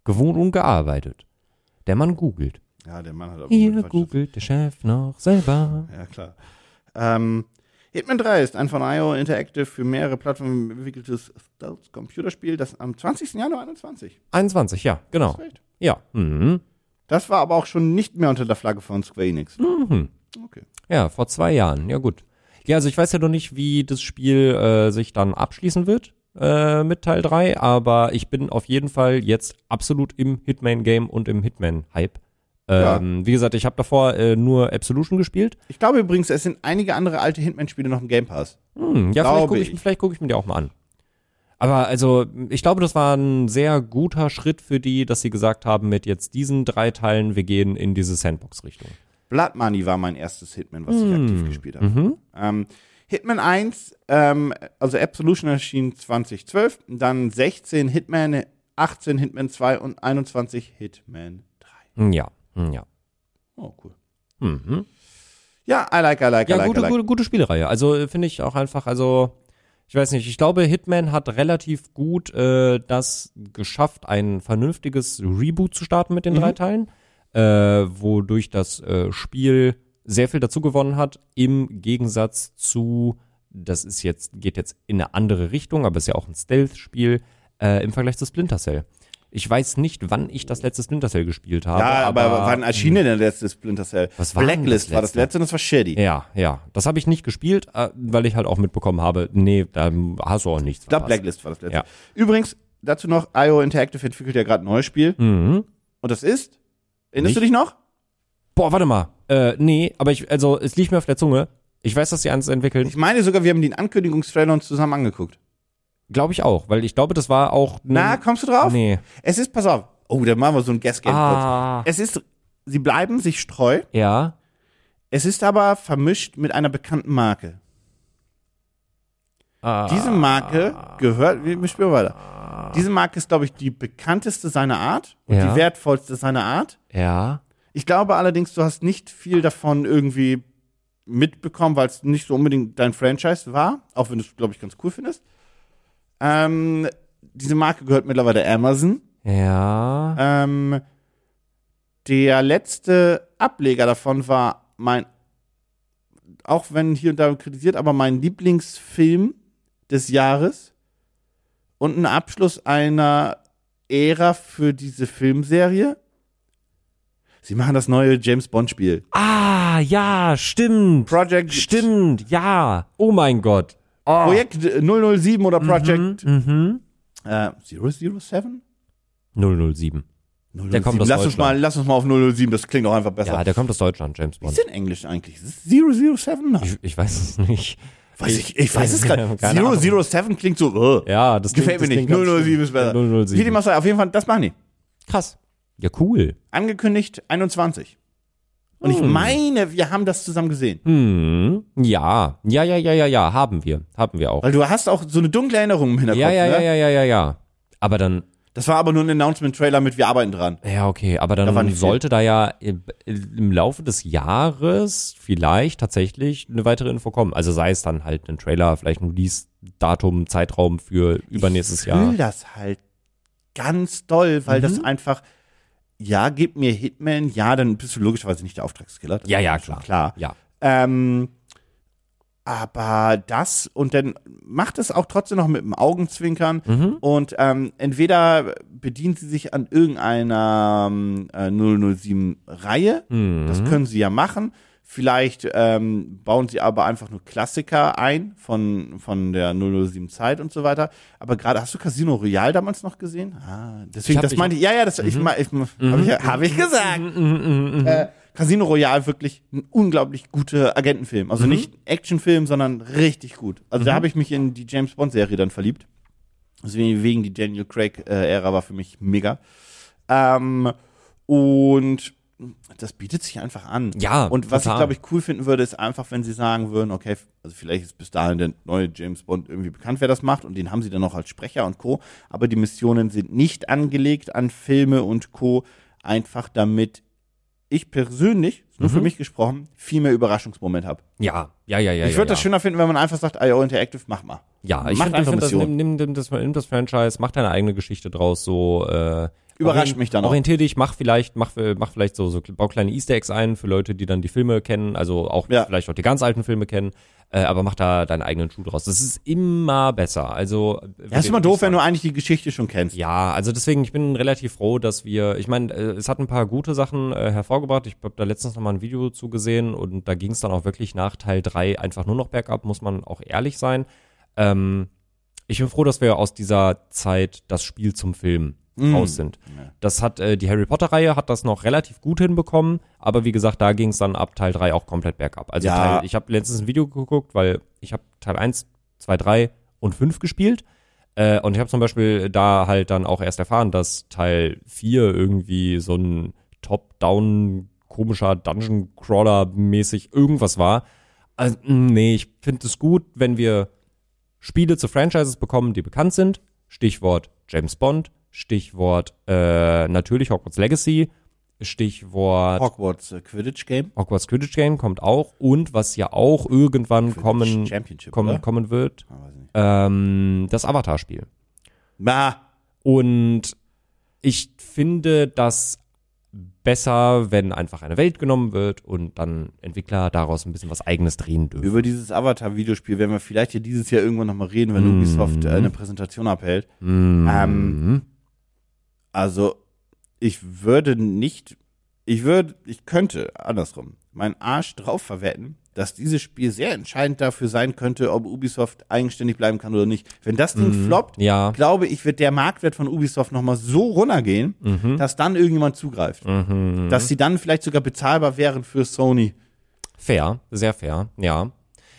Speaker 2: Gewohnt und gearbeitet. Der Mann googelt.
Speaker 1: ja, der Mann hat auf jeden
Speaker 2: Hier
Speaker 1: Fall schon-
Speaker 2: googelt der Chef noch selber.
Speaker 1: Ja, klar. Ähm, Hitman 3 ist ein von IO Interactive für mehrere Plattformen entwickeltes Stealth-Computerspiel, das am 20. Januar 21.
Speaker 2: 21, ja, genau.
Speaker 1: Recht.
Speaker 2: Ja, mhm.
Speaker 1: Das war aber auch schon nicht mehr unter der Flagge von Square Enix.
Speaker 2: Mhm.
Speaker 1: Okay.
Speaker 2: ja, vor zwei Jahren, ja gut. Ja, also ich weiß ja noch nicht, wie das Spiel äh, sich dann abschließen wird äh, mit Teil 3, aber ich bin auf jeden Fall jetzt absolut im Hitman-Game und im Hitman-Hype. Ähm, Wie gesagt, ich habe davor äh, nur Absolution gespielt.
Speaker 1: Ich glaube übrigens, es sind einige andere alte Hitman-Spiele noch im Game Pass.
Speaker 2: Hm, ja, vielleicht
Speaker 1: Glaube
Speaker 2: gucke ich,
Speaker 1: ich.
Speaker 2: vielleicht guck ich mir die auch mal an. Aber also, ich glaube, das war ein sehr guter Schritt für die, dass sie gesagt haben, mit jetzt diesen drei Teilen, wir gehen in diese Sandbox-Richtung.
Speaker 1: Blood Money war mein erstes Hitman, was ich
Speaker 2: Mhm.
Speaker 1: aktiv gespielt habe. Ähm, Hitman 1, ähm, also Absolution erschien 2012, dann 16 Hitman, 18 Hitman 2 und 21 Hitman 3.
Speaker 2: Hm, Ja, ja.
Speaker 1: Oh, cool.
Speaker 2: Mhm.
Speaker 1: Ja, I like, I like, I
Speaker 2: Ja,
Speaker 1: like,
Speaker 2: gute,
Speaker 1: I like.
Speaker 2: gute, gute Spielreihe. Also äh, finde ich auch einfach, also ich weiß nicht, ich glaube, Hitman hat relativ gut äh, das geschafft, ein vernünftiges Reboot zu starten mit den
Speaker 1: Mhm.
Speaker 2: drei Teilen, äh, wodurch das äh, Spiel sehr viel dazu gewonnen hat, im Gegensatz zu, das ist jetzt, geht jetzt in eine andere Richtung, aber ist ja auch ein Stealth-Spiel, äh, im Vergleich zu Splinter Cell. Ich weiß nicht, wann ich das letzte Splinter Cell gespielt habe.
Speaker 1: Ja, aber,
Speaker 2: aber hm.
Speaker 1: wann erschien denn der letzte Splinter Cell?
Speaker 2: Was war denn das
Speaker 1: Blacklist war das
Speaker 2: letzte?
Speaker 1: letzte und das war shitty.
Speaker 2: Ja, ja. Das habe ich nicht gespielt, äh, weil ich halt auch mitbekommen habe, nee, da hast du auch nichts
Speaker 1: Ich glaube,
Speaker 2: verpasst.
Speaker 1: Blacklist war das letzte.
Speaker 2: Ja.
Speaker 1: Übrigens, dazu noch, IO Interactive entwickelt ja gerade ein neues Spiel.
Speaker 2: Mhm.
Speaker 1: Und das ist? Erinnerst du dich noch?
Speaker 2: Boah, warte mal. Äh, nee, aber ich, also, es liegt mir auf der Zunge. Ich weiß, dass die eins entwickeln.
Speaker 1: Ich meine sogar, wir haben den Ankündigungstrailer uns zusammen angeguckt.
Speaker 2: Glaube ich auch, weil ich glaube, das war auch. ne-
Speaker 1: Na, kommst du drauf?
Speaker 2: Nee.
Speaker 1: Es ist, pass auf. Oh, dann machen wir so ein Guess-Game
Speaker 2: Ah.
Speaker 1: kurz. Es ist, sie bleiben sich streu.
Speaker 2: Ja.
Speaker 1: Es ist aber vermischt mit einer bekannten Marke.
Speaker 2: Ah.
Speaker 1: Diese Marke gehört, wir wir spielen weiter. Diese Marke ist, glaube ich, die bekannteste seiner Art und
Speaker 2: Ja.
Speaker 1: die wertvollste seiner Art.
Speaker 2: Ja.
Speaker 1: Ich glaube allerdings, du hast nicht viel davon irgendwie mitbekommen, weil es nicht so unbedingt dein Franchise war, auch wenn du es, glaube ich, ganz cool findest. Ähm, diese Marke gehört mittlerweile Amazon.
Speaker 2: Ja.
Speaker 1: Ähm, der letzte Ableger davon war mein, auch wenn hier und da kritisiert, aber mein Lieblingsfilm des Jahres und ein Abschluss einer Ära für diese Filmserie. Sie machen das neue James Bond Spiel.
Speaker 2: Ah, ja, stimmt.
Speaker 1: Project
Speaker 2: Stimmt, ja. Oh mein Gott. Oh.
Speaker 1: Projekt äh, 007 oder Project
Speaker 2: Mhm.
Speaker 1: äh, 007? 007.
Speaker 2: 007. Der kommt aus
Speaker 1: lass, uns
Speaker 2: Deutschland.
Speaker 1: mal, lass uns mal auf 007, das klingt doch einfach besser.
Speaker 2: Ja, der kommt aus Deutschland, James
Speaker 1: Wie ist
Speaker 2: Bond.
Speaker 1: denn Englisch eigentlich? Ist es 007? Nein.
Speaker 2: Ich, ich weiß es nicht.
Speaker 1: Weiß ich, ich weiß es gerade.
Speaker 2: Keine Ahnung.
Speaker 1: 007 klingt so. äh.
Speaker 2: Ja, das
Speaker 1: gefällt mir nicht. 007 ist besser. Wie dem auch sei, auf jeden Fall, das machen die.
Speaker 2: Krass. Ja, cool.
Speaker 1: Angekündigt 21. Und ich
Speaker 2: Hm.
Speaker 1: meine, wir haben das zusammen gesehen.
Speaker 2: Hm. Ja. Ja, ja, ja, ja, ja. Haben wir. Haben wir auch.
Speaker 1: Weil du hast auch so eine dunkle Erinnerung im Hinterkopf.
Speaker 2: Ja, ja,
Speaker 1: ne?
Speaker 2: ja, ja, ja, ja, ja. Aber dann,
Speaker 1: Das war aber nur ein Announcement-Trailer mit Wir arbeiten dran.
Speaker 2: ja, okay, aber dann
Speaker 1: Da war nicht viel.
Speaker 2: sollte da ja im- im Laufe des Jahres vielleicht tatsächlich eine weitere Info kommen. Also sei es dann halt ein Trailer, vielleicht ein Release-Datum, Zeitraum für übernächstes
Speaker 1: Ich fühl
Speaker 2: Jahr. Mhm.
Speaker 1: das halt ganz doll, weil das einfach, ja, gib mir Hitman, ja, dann bist du logischerweise nicht der Auftragskiller. Das
Speaker 2: Ja,
Speaker 1: ist
Speaker 2: ja,
Speaker 1: schon klar.
Speaker 2: klar. Ja.
Speaker 1: Ähm, aber das und dann macht es auch trotzdem noch mit dem Augenzwinkern
Speaker 2: Mhm.
Speaker 1: und ähm, entweder bedient sie sich
Speaker 2: Mhm.
Speaker 1: an irgendeiner ähm, äh, 007-Reihe, das können sie ja machen. Vielleicht ähm, bauen sie aber einfach nur Klassiker ein von, von der 007 Zeit und so weiter. Aber gerade, hast du Casino Royale damals noch gesehen? Ah, deswegen,
Speaker 2: hab- Mhm.
Speaker 1: das
Speaker 2: ich-
Speaker 1: meinte ich. Ja, ja, das ich, ma- ich, habe ich, hab ich gesagt.
Speaker 2: Mhm.
Speaker 1: Äh, Casino Royale wirklich ein unglaublich guter Agentenfilm. Also nicht Actionfilm, sondern richtig gut. Also da habe ich mich in die James Bond Serie dann verliebt. Deswegen wegen die Daniel Craig äh, Ära war für mich mega. Ähm, und das bietet sich einfach an.
Speaker 2: Ja,
Speaker 1: Und was ich
Speaker 2: total.
Speaker 1: glaube ich cool finden würde, ist einfach, wenn sie sagen würden, okay, f- also vielleicht ist bis dahin der neue James Bond irgendwie bekannt, wer das macht und den haben sie dann noch als Sprecher und Co. Aber die Missionen sind nicht angelegt an Filme und Co. Einfach damit ich persönlich, nur für mich gesprochen, viel mehr Überraschungsmoment habe.
Speaker 2: Ja, ja, ja, ja.
Speaker 1: ich
Speaker 2: ja,
Speaker 1: würde
Speaker 2: ja.
Speaker 1: das schöner finden, wenn man einfach sagt, IO Interactive, mach mal.
Speaker 2: Ja, ich
Speaker 1: Macht
Speaker 2: finde,
Speaker 1: einfach
Speaker 2: find das,
Speaker 1: Mission.
Speaker 2: nimm, nimm, nimm, das, nimm das Franchise, mach deine eigene Geschichte draus, so. Äh,
Speaker 1: Überrascht
Speaker 2: orient-
Speaker 1: mich dann auch.
Speaker 2: Orientier dich, mach vielleicht, mach, äh, mach vielleicht so, so, bau kleine Easter Eggs ein für Leute, die dann die Filme kennen, also auch
Speaker 1: Ja.
Speaker 2: vielleicht auch die ganz alten Filme kennen, äh, aber mach da deinen eigenen Schuh draus. Das ist immer besser. Also.
Speaker 1: Ja, ist immer doof, wenn du eigentlich die Geschichte schon kennst.
Speaker 2: Ja, also deswegen, ich bin relativ froh, dass wir, ich meine, äh, es hat ein paar gute Sachen äh, hervorgebracht. Ich habe da letztens nochmal ein Video zugesehen und da ging es dann auch wirklich nach Teil 3 einfach nur noch bergab, muss man auch ehrlich sein. Ähm, ich bin froh, dass wir aus dieser Zeit das Spiel zum Film raus sind. Das hat äh, die Harry Potter-Reihe hat das noch relativ gut hinbekommen, aber wie gesagt, da ging es dann ab Teil 3 auch komplett bergab. Also
Speaker 1: Ja.
Speaker 2: Teil, ich habe letztens ein Video geguckt, weil ich habe Teil 1, 2, 3 und 5 gespielt. Äh, und ich habe zum Beispiel da halt dann auch erst erfahren, dass Teil 4 irgendwie so ein Top-Down komischer Dungeon Crawler mäßig irgendwas war. Also, mh, nee, ich finde es gut, wenn wir Spiele zu Franchises bekommen, die bekannt sind. Stichwort James Bond, Stichwort äh, natürlich Hogwarts Legacy, Stichwort
Speaker 1: Hogwarts äh, Quidditch Game.
Speaker 2: Hogwarts Quidditch Game kommt auch und was ja auch irgendwann kommen,
Speaker 1: Championship,
Speaker 2: kommen,
Speaker 1: oder?
Speaker 2: kommen wird,
Speaker 1: Ah, weiß nicht.
Speaker 2: ähm, das Avatar-Spiel.
Speaker 1: Na,
Speaker 2: Und ich finde das besser, wenn einfach eine Welt genommen wird und dann Entwickler daraus ein bisschen was eigenes drehen dürfen.
Speaker 1: über dieses Avatar-Videospiel werden wir vielleicht ja dieses Jahr irgendwann nochmal reden, wenn Ubisoft äh,
Speaker 2: Mhm.
Speaker 1: eine Präsentation abhält. Ähm, also, ich würde nicht, ich würde, ich könnte, andersrum, meinen Arsch drauf verwetten, dass dieses Spiel sehr entscheidend dafür sein könnte, ob Ubisoft eigenständig bleiben kann oder nicht. Wenn das Ding
Speaker 2: Mhm.
Speaker 1: floppt,
Speaker 2: Ja.
Speaker 1: glaube ich, wird der Marktwert von Ubisoft nochmal so runtergehen,
Speaker 2: Mhm.
Speaker 1: dass dann irgendjemand zugreift. Dass sie dann vielleicht sogar bezahlbar wären für Sony.
Speaker 2: Fair, sehr fair, ja.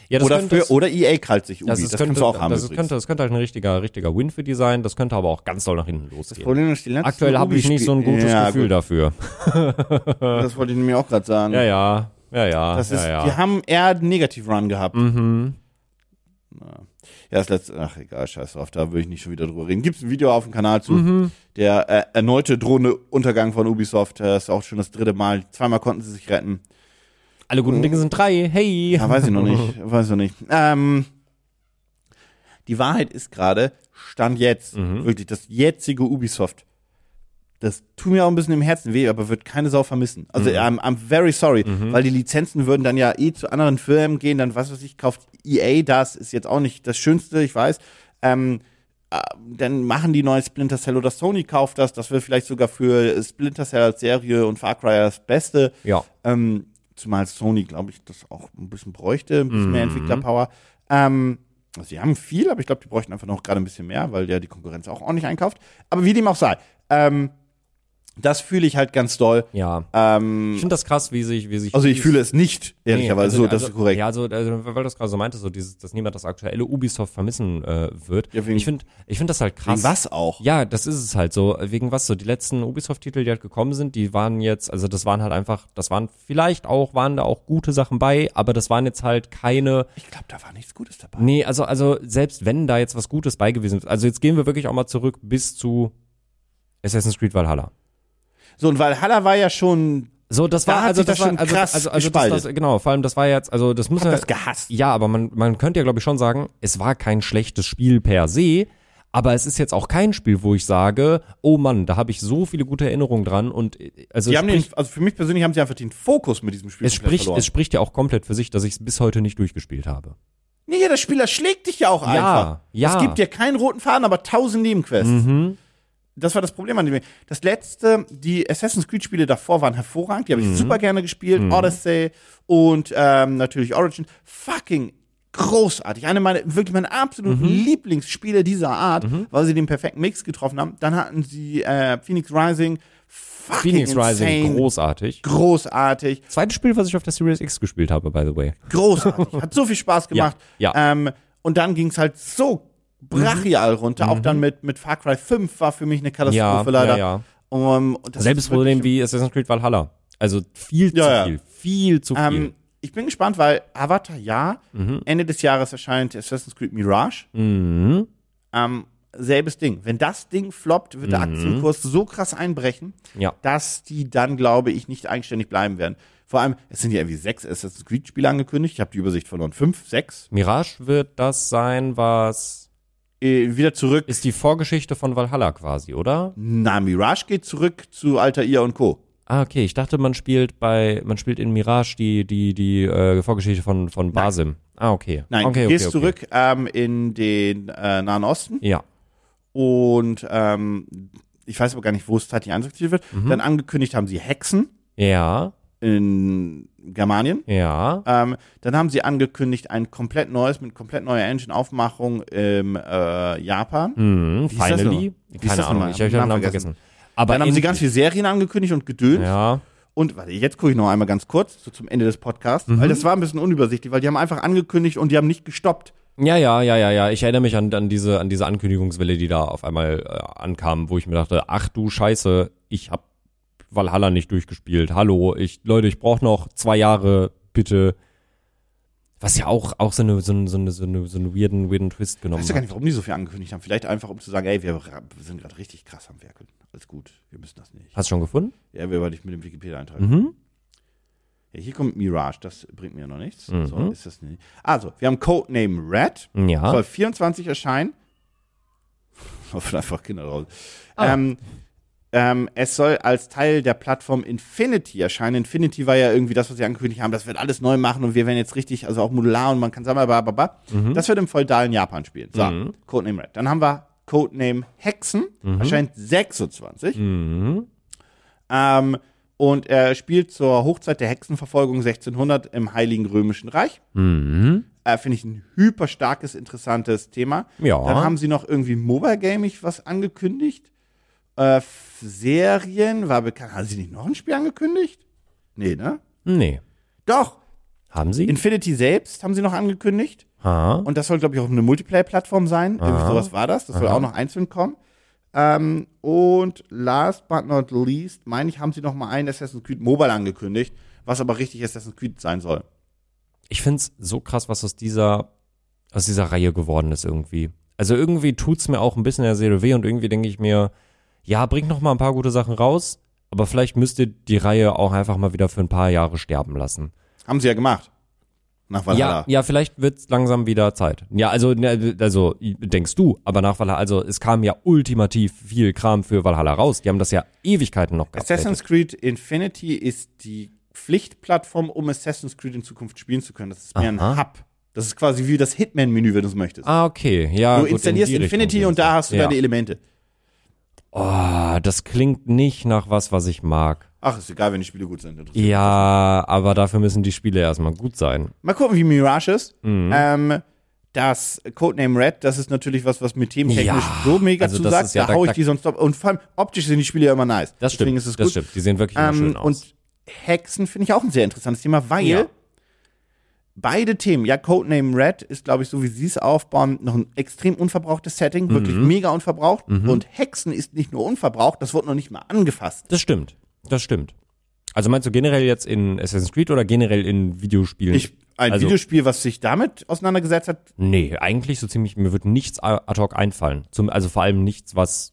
Speaker 2: ja das
Speaker 1: Oder,
Speaker 2: könnte-
Speaker 1: für, oder EA krallt sich Ubi. Das,
Speaker 2: ist-
Speaker 1: kannst du auch haben
Speaker 2: das, ist-
Speaker 1: übrigens.
Speaker 2: könnte, das könnte halt ein richtiger, richtiger Win für die sein, das könnte aber auch ganz doll nach hinten losgehen.
Speaker 1: Problem ist, die letzten
Speaker 2: Aktuell habe ich nicht so ein
Speaker 1: Ubi-Spiel-
Speaker 2: gutes
Speaker 1: ja,
Speaker 2: Gefühl
Speaker 1: gut.
Speaker 2: dafür.
Speaker 1: Das wollte ich nämlich auch gerade sagen.
Speaker 2: Ja, ja, ja, ja.
Speaker 1: Das ist,
Speaker 2: ja, Mhm.
Speaker 1: Die
Speaker 2: ja.
Speaker 1: haben eher einen Negativ-Run gehabt. Na. Ja, das letzte, ach egal, scheiß drauf, da will ich nicht schon wieder drüber reden. Gibt's ein Video auf dem Kanal zu.
Speaker 2: Mhm.
Speaker 1: Der äh, erneute drohende Untergang von Ubisoft, äh, ist auch schon das dritte Mal. Zweimal konnten sie sich retten.
Speaker 2: Alle guten Dinge sind drei, hey.
Speaker 1: Ja, weiß ich noch nicht, weiß ich noch nicht. Ähm, die Wahrheit ist gerade, Stand jetzt, wirklich, das jetzige Ubisoft, das tut mir auch ein bisschen im Herzen weh, aber wird keine Sau vermissen. Also, I'm, I'm very sorry, weil die Lizenzen würden dann ja eh zu anderen Firmen gehen, dann was weiß ich, kauft EA das, ist jetzt auch nicht das Schönste, ich weiß. Ähm, äh, dann machen die neue Splinter Cell oder Sony kauft das, das wird vielleicht sogar für Splinter Cell als Serie und Far Cry das Beste.
Speaker 2: Ja.
Speaker 1: Ähm, zumal Sony, glaube ich, das auch ein bisschen bräuchte, ein bisschen mehr
Speaker 2: Mhm.
Speaker 1: Entwicklerpower. Ähm, also sie haben viel, aber ich glaube, die bräuchten einfach noch gerade ein bisschen mehr, weil ja die Konkurrenz auch ordentlich einkauft. Aber wie dem auch sei, ähm, das fühle ich halt ganz doll.
Speaker 2: Ja. ich
Speaker 1: Ähm,
Speaker 2: finde das krass, wie sich, wie sich.
Speaker 1: also ich fühle es nicht, ehrlicherweise.
Speaker 2: also-
Speaker 1: so, das
Speaker 2: also,
Speaker 1: ist korrekt.
Speaker 2: Ja, also, also weil du das gerade so meintest, so dieses, dass niemand das aktuelle Ubisoft vermissen äh, wird.
Speaker 1: Ja, wegen-
Speaker 2: ich finde ich find das halt krass.
Speaker 1: Wegen was auch?
Speaker 2: Ja, das ist es halt so. Wegen was so? Die letzten Ubisoft-Titel, die halt gekommen sind, die waren jetzt, also das waren halt einfach, das waren vielleicht auch, waren da auch gute Sachen bei, aber das waren jetzt halt keine,
Speaker 1: Ich glaube, da war nichts Gutes dabei.
Speaker 2: nee, also, also selbst wenn da jetzt was Gutes bei gewesen ist, also jetzt gehen wir wirklich auch mal zurück bis zu Assassin's Creed Valhalla.
Speaker 1: So, und Valhalla war ja schon,
Speaker 2: So, das
Speaker 1: Da
Speaker 2: war
Speaker 1: hat
Speaker 2: also
Speaker 1: sich das
Speaker 2: war,
Speaker 1: schon
Speaker 2: also,
Speaker 1: krass
Speaker 2: also, also das,
Speaker 1: gespaltet.
Speaker 2: das, genau, vor allem das war jetzt, also das muss
Speaker 1: hab
Speaker 2: ja-
Speaker 1: das gehasst.
Speaker 2: Ja, aber man, man könnte ja, glaube ich, schon sagen, es war kein schlechtes Spiel per se, aber es ist jetzt auch kein Spiel, wo ich sage, oh Mann, da habe ich so viele gute Erinnerungen dran und äh, also
Speaker 1: Die
Speaker 2: es
Speaker 1: haben den,
Speaker 2: spricht,
Speaker 1: also für mich persönlich haben sie einfach den Fokus mit diesem Spiel
Speaker 2: es,
Speaker 1: komplett
Speaker 2: spricht,
Speaker 1: verloren.
Speaker 2: es spricht ja auch komplett für sich, dass ich es bis heute nicht durchgespielt habe.
Speaker 1: Nee, ja, der Spieler schlägt dich ja auch einfach.
Speaker 2: ja. Mhm.
Speaker 1: Es gibt ja keinen roten Faden, aber tausend Nebenquests. das war das Problem an dem. Das letzte, die Assassin's Creed Spiele davor waren hervorragend. Die
Speaker 2: Mhm.
Speaker 1: habe ich super gerne gespielt. Odyssey und ähm, natürlich Origin. Fucking großartig. Eine meiner, wirklich meine absoluten
Speaker 2: Mhm.
Speaker 1: Lieblingsspiele dieser Art, weil sie den perfekten Mix getroffen haben. Dann hatten sie äh, Phoenix Rising. Fucking
Speaker 2: Phoenix Rising,
Speaker 1: insane,
Speaker 2: großartig.
Speaker 1: großartig.
Speaker 2: Zweites Spiel, was ich auf der Series X gespielt habe, by the way.
Speaker 1: großartig. Hat so viel Spaß gemacht.
Speaker 2: Ja, Mhm.
Speaker 1: Ähm, und dann ging es halt so brachial runter. Auch dann mit, mit Far Cry 5 war für mich eine
Speaker 2: Ja,
Speaker 1: Katastrophe leider.
Speaker 2: ja, ja.
Speaker 1: Um, und das
Speaker 2: Selbes
Speaker 1: ist wirklich-
Speaker 2: Problem wie Assassin's Creed Valhalla. Also viel zu
Speaker 1: Ja, ja.
Speaker 2: viel, viel zu
Speaker 1: Ähm,
Speaker 2: viel.
Speaker 1: ich bin gespannt, weil Avatar ja, Ende des Jahres erscheint Assassin's Creed Mirage.
Speaker 2: Mhm.
Speaker 1: Ähm, selbes Ding. Wenn das Ding floppt, wird der
Speaker 2: Mhm.
Speaker 1: Aktienkurs so krass einbrechen,
Speaker 2: Ja.
Speaker 1: dass die dann, glaube ich, nicht eigenständig bleiben werden. Vor allem, es sind ja irgendwie sechs Assassin's Creed-Spiele angekündigt. Ich habe die Übersicht verloren. Fünf, sechs.
Speaker 2: Mirage wird das sein, was
Speaker 1: Äh, wieder zurück.
Speaker 2: ist die Vorgeschichte von Valhalla quasi, oder?
Speaker 1: Na, Mirage geht zurück zu Alter Ihr und Co.
Speaker 2: Ah, okay. Ich dachte, man spielt bei, man spielt in Mirage die, die, die äh, Vorgeschichte von, von Basim. Ah, okay.
Speaker 1: Nein,
Speaker 2: okay,
Speaker 1: du
Speaker 2: okay,
Speaker 1: gehst
Speaker 2: okay.
Speaker 1: zurück ähm, in den äh, Nahen Osten
Speaker 2: Ja.
Speaker 1: und ähm, ich weiß aber gar nicht, wo es tatsächlich angesetzt wird.
Speaker 2: Mhm.
Speaker 1: Dann angekündigt haben sie Hexen
Speaker 2: Ja.
Speaker 1: in Germanien.
Speaker 2: Ja.
Speaker 1: Ähm, dann haben sie angekündigt ein komplett neues, mit komplett neuer Engine-Aufmachung im äh, Japan.
Speaker 2: Mhm.
Speaker 1: hieß das
Speaker 2: Finally.
Speaker 1: nochmal? Wie hieß
Speaker 2: Keine
Speaker 1: das
Speaker 2: Ahnung.
Speaker 1: nochmal?
Speaker 2: Ich habe den Namen vergessen. Aber
Speaker 1: Dann haben sie
Speaker 2: endlich-
Speaker 1: ganz viele Serien angekündigt und gedönt.
Speaker 2: Ja.
Speaker 1: Und warte, jetzt gucke ich noch einmal ganz kurz, so zum Ende des Podcasts,
Speaker 2: Mhm.
Speaker 1: weil das war ein bisschen unübersichtlich, weil die haben einfach angekündigt und die haben nicht gestoppt.
Speaker 2: Ja, ja, ja, ja, ja. Ich erinnere mich an, an diese an diese Ankündigungswelle, die da auf einmal äh, ankam, wo ich mir dachte, ach du Scheiße, ich hab Valhalla nicht durchgespielt. Hallo, ich Leute, ich brauche noch zwei Jahre, bitte. Was ja auch auch so eine so eine so eine so eine, so eine weirden weirden Twist
Speaker 1: Ich
Speaker 2: genommen
Speaker 1: weiß ja gar
Speaker 2: hat.
Speaker 1: nicht, warum die so viel angekündigt haben. Vielleicht einfach, um zu sagen, ey, wir ra- sind gerade richtig krass am Werkeln. Alles gut, wir müssen das nicht.
Speaker 2: Hast du schon gefunden?
Speaker 1: Ja, wir wollen nicht mit dem Wikipedia-Eintrag.
Speaker 2: Mhm.
Speaker 1: Ja, hier kommt Mirage, das bringt mir noch nichts. So, ist das nicht. Also, wir haben Codename Red,
Speaker 2: Ja.
Speaker 1: soll 24 erscheinen. Hoffen einfach Kinder raus.
Speaker 2: Ah.
Speaker 1: Ähm, ähm, es soll als Teil der Plattform Infinity erscheinen. Infinity war ja irgendwie das, was sie angekündigt haben, das wird alles neu machen und wir werden jetzt richtig, also auch modular und man kann sammeln, bla, bla, bla.
Speaker 2: Mhm.
Speaker 1: Das wird im feudalen Japan spielen. So, Codename Red. Dann haben wir Codename Hexen, erscheint 26.
Speaker 2: Mhm.
Speaker 1: Ähm, und er spielt zur Hochzeit der Hexenverfolgung 1600 im Heiligen Römischen Reich.
Speaker 2: Mhm.
Speaker 1: Äh, Finde ich ein hyper starkes, interessantes Thema.
Speaker 2: Ja.
Speaker 1: Dann haben sie noch irgendwie Mobile Gaming was angekündigt. Äh, F- Serien war bekannt. Haben sie nicht noch ein Spiel angekündigt? Nee, ne?
Speaker 2: Nee.
Speaker 1: Doch.
Speaker 2: Haben Sie?
Speaker 1: Infinity selbst haben sie noch angekündigt.
Speaker 2: ha.
Speaker 1: Und das soll, glaube ich, auch eine Multiplayer-Plattform sein. Irgendwie sowas war das. Das soll auch noch einzeln kommen. Ähm, und last but not least, meine ich, haben sie noch mal einen Assassin's Creed Mobile angekündigt, was aber richtig Assassin's Creed sein soll.
Speaker 2: ich find's so krass, was aus dieser, aus dieser Reihe geworden ist irgendwie. Also irgendwie tut's mir auch ein bisschen in der Seele weh und irgendwie denke ich mir, ja, bringt noch mal ein paar gute Sachen raus, aber vielleicht müsst ihr die Reihe auch einfach mal wieder für ein paar Jahre sterben lassen.
Speaker 1: Haben sie ja gemacht. Nach Valhalla.
Speaker 2: Ja, ja, vielleicht wird's langsam wieder Zeit. Ja, also, ne, also denkst du, aber nach Valhalla, also es kam ja ultimativ viel Kram für Valhalla raus. Die haben das ja Ewigkeiten noch gehabt.
Speaker 1: Assassin's Creed Infinity ist die Pflichtplattform, um Assassin's Creed in Zukunft spielen zu können. Das ist mehr ein
Speaker 2: Aha.
Speaker 1: Hub. Das ist quasi wie das Hitman-Menü, wenn du es möchtest.
Speaker 2: Ah, okay. Ja,
Speaker 1: du
Speaker 2: gut, in
Speaker 1: installierst
Speaker 2: die Richtung
Speaker 1: Infinity
Speaker 2: geht's.
Speaker 1: und da hast du
Speaker 2: ja.
Speaker 1: deine Elemente.
Speaker 2: Oh, das klingt nicht nach was, was ich mag.
Speaker 1: Ach, ist egal, wenn die Spiele gut sind.
Speaker 2: Mhm. Ja, aber dafür müssen die Spiele erstmal gut sein.
Speaker 1: Mal gucken, wie Mirage ist.
Speaker 2: Mhm.
Speaker 1: Ähm, das Codename Red, das ist natürlich was, was mir thementechnisch
Speaker 2: Ja,
Speaker 1: so mega
Speaker 2: also das
Speaker 1: zusagt.
Speaker 2: ist ja-
Speaker 1: da
Speaker 2: da-
Speaker 1: hau ich
Speaker 2: da-
Speaker 1: die sonst ab. Und vor allem optisch sind die Spiele ja immer nice.
Speaker 2: Das stimmt.
Speaker 1: Deswegen ist es
Speaker 2: das
Speaker 1: gut.
Speaker 2: stimmt. Die sehen wirklich immer
Speaker 1: Ähm,
Speaker 2: schön aus.
Speaker 1: und Hexen finde ich auch ein sehr interessantes Thema, weil
Speaker 2: Ja.
Speaker 1: beide Themen, ja, Codename Red ist, glaube ich, so wie sie es aufbauen, noch ein extrem unverbrauchtes Setting, wirklich
Speaker 2: Mhm.
Speaker 1: mega unverbraucht. Und Hexen ist nicht nur unverbraucht, das wurde noch nicht mal angefasst.
Speaker 2: das stimmt. Das stimmt. Also meinst du generell jetzt in Assassin's Creed oder generell in Videospielen?
Speaker 1: Ich, ein
Speaker 2: also,
Speaker 1: Videospiel, was sich damit auseinandergesetzt hat,
Speaker 2: Nee, eigentlich so ziemlich, mir wird nichts a- ad hoc einfallen. Zum, also vor allem nichts, was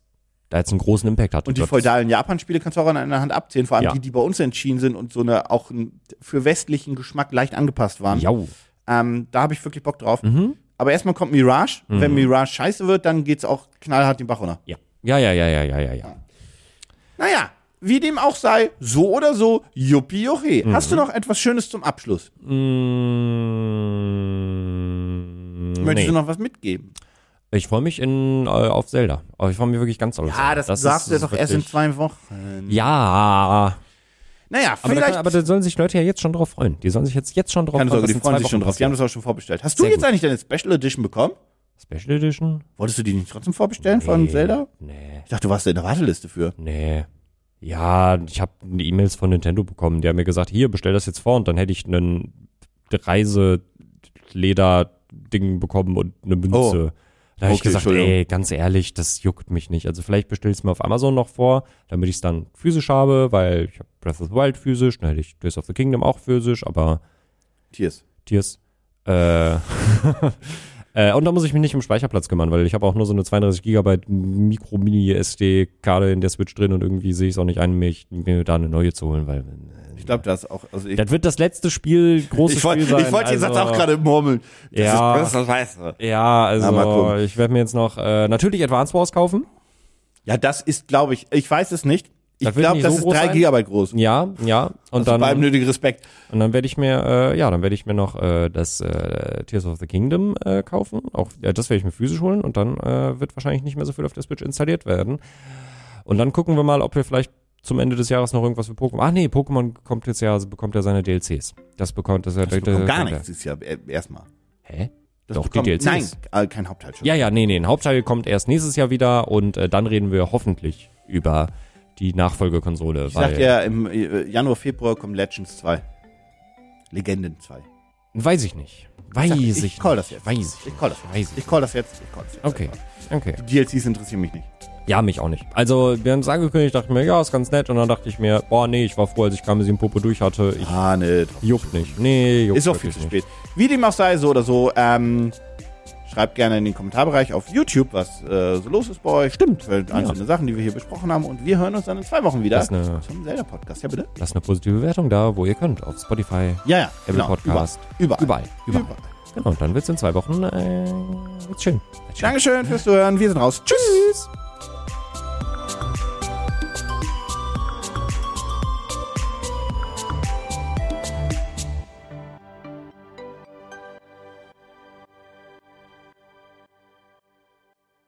Speaker 2: da jetzt einen großen Impact hat.
Speaker 1: Und die
Speaker 2: Ich glaub,
Speaker 1: feudalen Japan-Spiele kannst du auch an einer Hand abzählen, vor allem
Speaker 2: Oh Ja.
Speaker 1: die, die bei uns entschieden sind und so eine auch n- für westlichen Geschmack leicht angepasst waren.
Speaker 2: das- Jau.
Speaker 1: Ähm, da habe ich wirklich Bock drauf.
Speaker 2: Mhm.
Speaker 1: Aber erstmal kommt Mirage. Und Wenn Mirage scheiße wird, dann geht's auch knallhart den Bach runter.
Speaker 2: Ja. Ja, ja, ja, ja, ja, ja, ja.
Speaker 1: Naja, wie dem auch sei, so oder so, juppie juchie.
Speaker 2: Mhm.
Speaker 1: Hast du noch etwas Schönes zum Abschluss?
Speaker 2: Mm,
Speaker 1: Möchtest
Speaker 2: nee. Mm,
Speaker 1: du noch was mitgeben?
Speaker 2: Ich freue mich in, äh, auf Zelda. Aber ich freue mich wirklich ganz doll auf
Speaker 1: Ja,
Speaker 2: Zelda.
Speaker 1: Ah, das, sagst du
Speaker 2: ist-
Speaker 1: doch
Speaker 2: ist
Speaker 1: erst in
Speaker 2: wirklich-
Speaker 1: zwei Wochen.
Speaker 2: Ja,
Speaker 1: Naja,
Speaker 2: aber, da
Speaker 1: vielleicht.
Speaker 2: kann, aber da sollen sich Leute ja jetzt schon drauf freuen. Die sollen sich jetzt, jetzt schon drauf
Speaker 1: keine
Speaker 2: freuen.
Speaker 1: Sorge, die
Speaker 2: was in
Speaker 1: freuen
Speaker 2: zwei
Speaker 1: sich schon
Speaker 2: Wochen
Speaker 1: drauf. Die haben das auch schon vorbestellt. Hast du
Speaker 2: Sehr
Speaker 1: jetzt
Speaker 2: gut.
Speaker 1: eigentlich deine Special Edition bekommen?
Speaker 2: passiert. Special Edition?
Speaker 1: Wolltest du die nicht trotzdem vorbestellen von Zelda?
Speaker 2: Nee,
Speaker 1: Ich dachte, du warst in der Warteliste für.
Speaker 2: nee. Ja, ich habe E-Mails von Nintendo bekommen. Die haben mir gesagt, hier, bestell das jetzt vor. Und dann hätte ich einen Reiseleder-Ding bekommen und eine Münze. Da
Speaker 1: Oh.
Speaker 2: habe ich
Speaker 1: Okay,
Speaker 2: gesagt,
Speaker 1: Entschuldigung.
Speaker 2: ey, ganz ehrlich, das juckt mich nicht. Also vielleicht bestelle ich es mir auf Amazon noch vor, damit ich es dann physisch habe, weil ich habe Breath of the Wild physisch, dann hätte ich Tears of the Kingdom auch physisch, aber
Speaker 1: Tears.
Speaker 2: Tiers. Äh, äh, und da muss ich mich nicht um Speicherplatz kümmern, weil ich habe auch nur so eine 32 Gigabyte Micro Mini SD-Karte in der Switch drin und irgendwie sehe ich es auch nicht ein, mich, mir da eine neue zu holen, weil äh,
Speaker 1: Ich glaube, das auch. Also ich
Speaker 2: das wird das letzte Spiel, großes
Speaker 1: ich wollte
Speaker 2: Spiel sein.
Speaker 1: ich wollte den
Speaker 2: also,
Speaker 1: Satz auch gerade murmeln. Das
Speaker 2: Ja.
Speaker 1: ist, das ist scheiße.
Speaker 2: Ja, also
Speaker 1: Na, mal gucken.
Speaker 2: ich werde mir jetzt noch äh, natürlich Advance Wars kaufen.
Speaker 1: ja, das ist, glaube ich, ich weiß es nicht. Ich
Speaker 2: Das wird
Speaker 1: glaube,
Speaker 2: nicht
Speaker 1: das
Speaker 2: so
Speaker 1: ist
Speaker 2: groß
Speaker 1: 3
Speaker 2: sein.
Speaker 1: Gigabyte groß.
Speaker 2: Ja, ja. Und
Speaker 1: Also Bei allem
Speaker 2: dann
Speaker 1: nötigen Respekt.
Speaker 2: und dann werde ich mir äh, ja, dann werde ich mir noch äh, das äh, Tears of the Kingdom äh, kaufen. Auch ja, das werde ich mir physisch holen und dann äh, wird wahrscheinlich nicht mehr so viel auf der Switch installiert werden. Und dann gucken wir mal, ob wir vielleicht zum Ende des Jahres noch irgendwas für Pokémon. Ach nee, Pokémon kommt jetzt ja, also bekommt ja seine DLCs. Das bekommt das, äh,
Speaker 1: Das bekommt gar nichts dieses Jahr äh, erstmal.
Speaker 2: Hä?
Speaker 1: Das
Speaker 2: Doch, die
Speaker 1: bekommt,
Speaker 2: DLCs.
Speaker 1: Nein, äh, kein Hauptteil schon.
Speaker 2: Ja, ja, nee, nee, ein Hauptteil kommt erst nächstes Jahr wieder und äh, dann reden wir hoffentlich über die Nachfolgekonsole,
Speaker 1: ich
Speaker 2: weil
Speaker 1: sagte ja, im äh, Januar, Februar kommen Legends 2. Legenden 2.
Speaker 2: weiß ich nicht. Weiß
Speaker 1: sag,
Speaker 2: ich,
Speaker 1: ich call das jetzt.
Speaker 2: Weiß ich.
Speaker 1: Ich call das
Speaker 2: Weiß
Speaker 1: jetzt.
Speaker 2: ich.
Speaker 1: Ich call das jetzt. Ich call das jetzt.
Speaker 2: Okay. Okay.
Speaker 1: Die DLCs interessieren mich nicht.
Speaker 2: Ja, mich auch nicht. Also, wir haben es angekündigt, dachte ich mir, ja, ist ganz nett. Und dann dachte ich mir, boah, nee, ich war froh, als ich Karmesin Popo durch hatte. Ich
Speaker 1: Ah, ne.
Speaker 2: juckt nicht. Nee, juckt
Speaker 1: Ist auch viel
Speaker 2: wirklich
Speaker 1: zu
Speaker 2: nicht.
Speaker 1: spät. Wie dem auch sei, so oder so, ähm, schreibt gerne in den Kommentarbereich auf YouTube, was äh, so los ist bei euch. Stimmt. Für einzelne Sachen, die wir hier besprochen haben. Und wir hören uns dann in zwei Wochen wieder
Speaker 2: Das ist eine-
Speaker 1: zum Zelda-Podcast. Ja, bitte?
Speaker 2: Lasst eine positive Bewertung da, wo ihr könnt. Auf Spotify,
Speaker 1: Ja, ja.
Speaker 2: Apple Podcast.
Speaker 1: Genau. Überall. Überall.
Speaker 2: Überall. Überall. Genau, und dann wird's in zwei Wochen, äh, wird's schön.
Speaker 1: Dankeschön fürs Zuhören. Wir sind raus. Tschüss.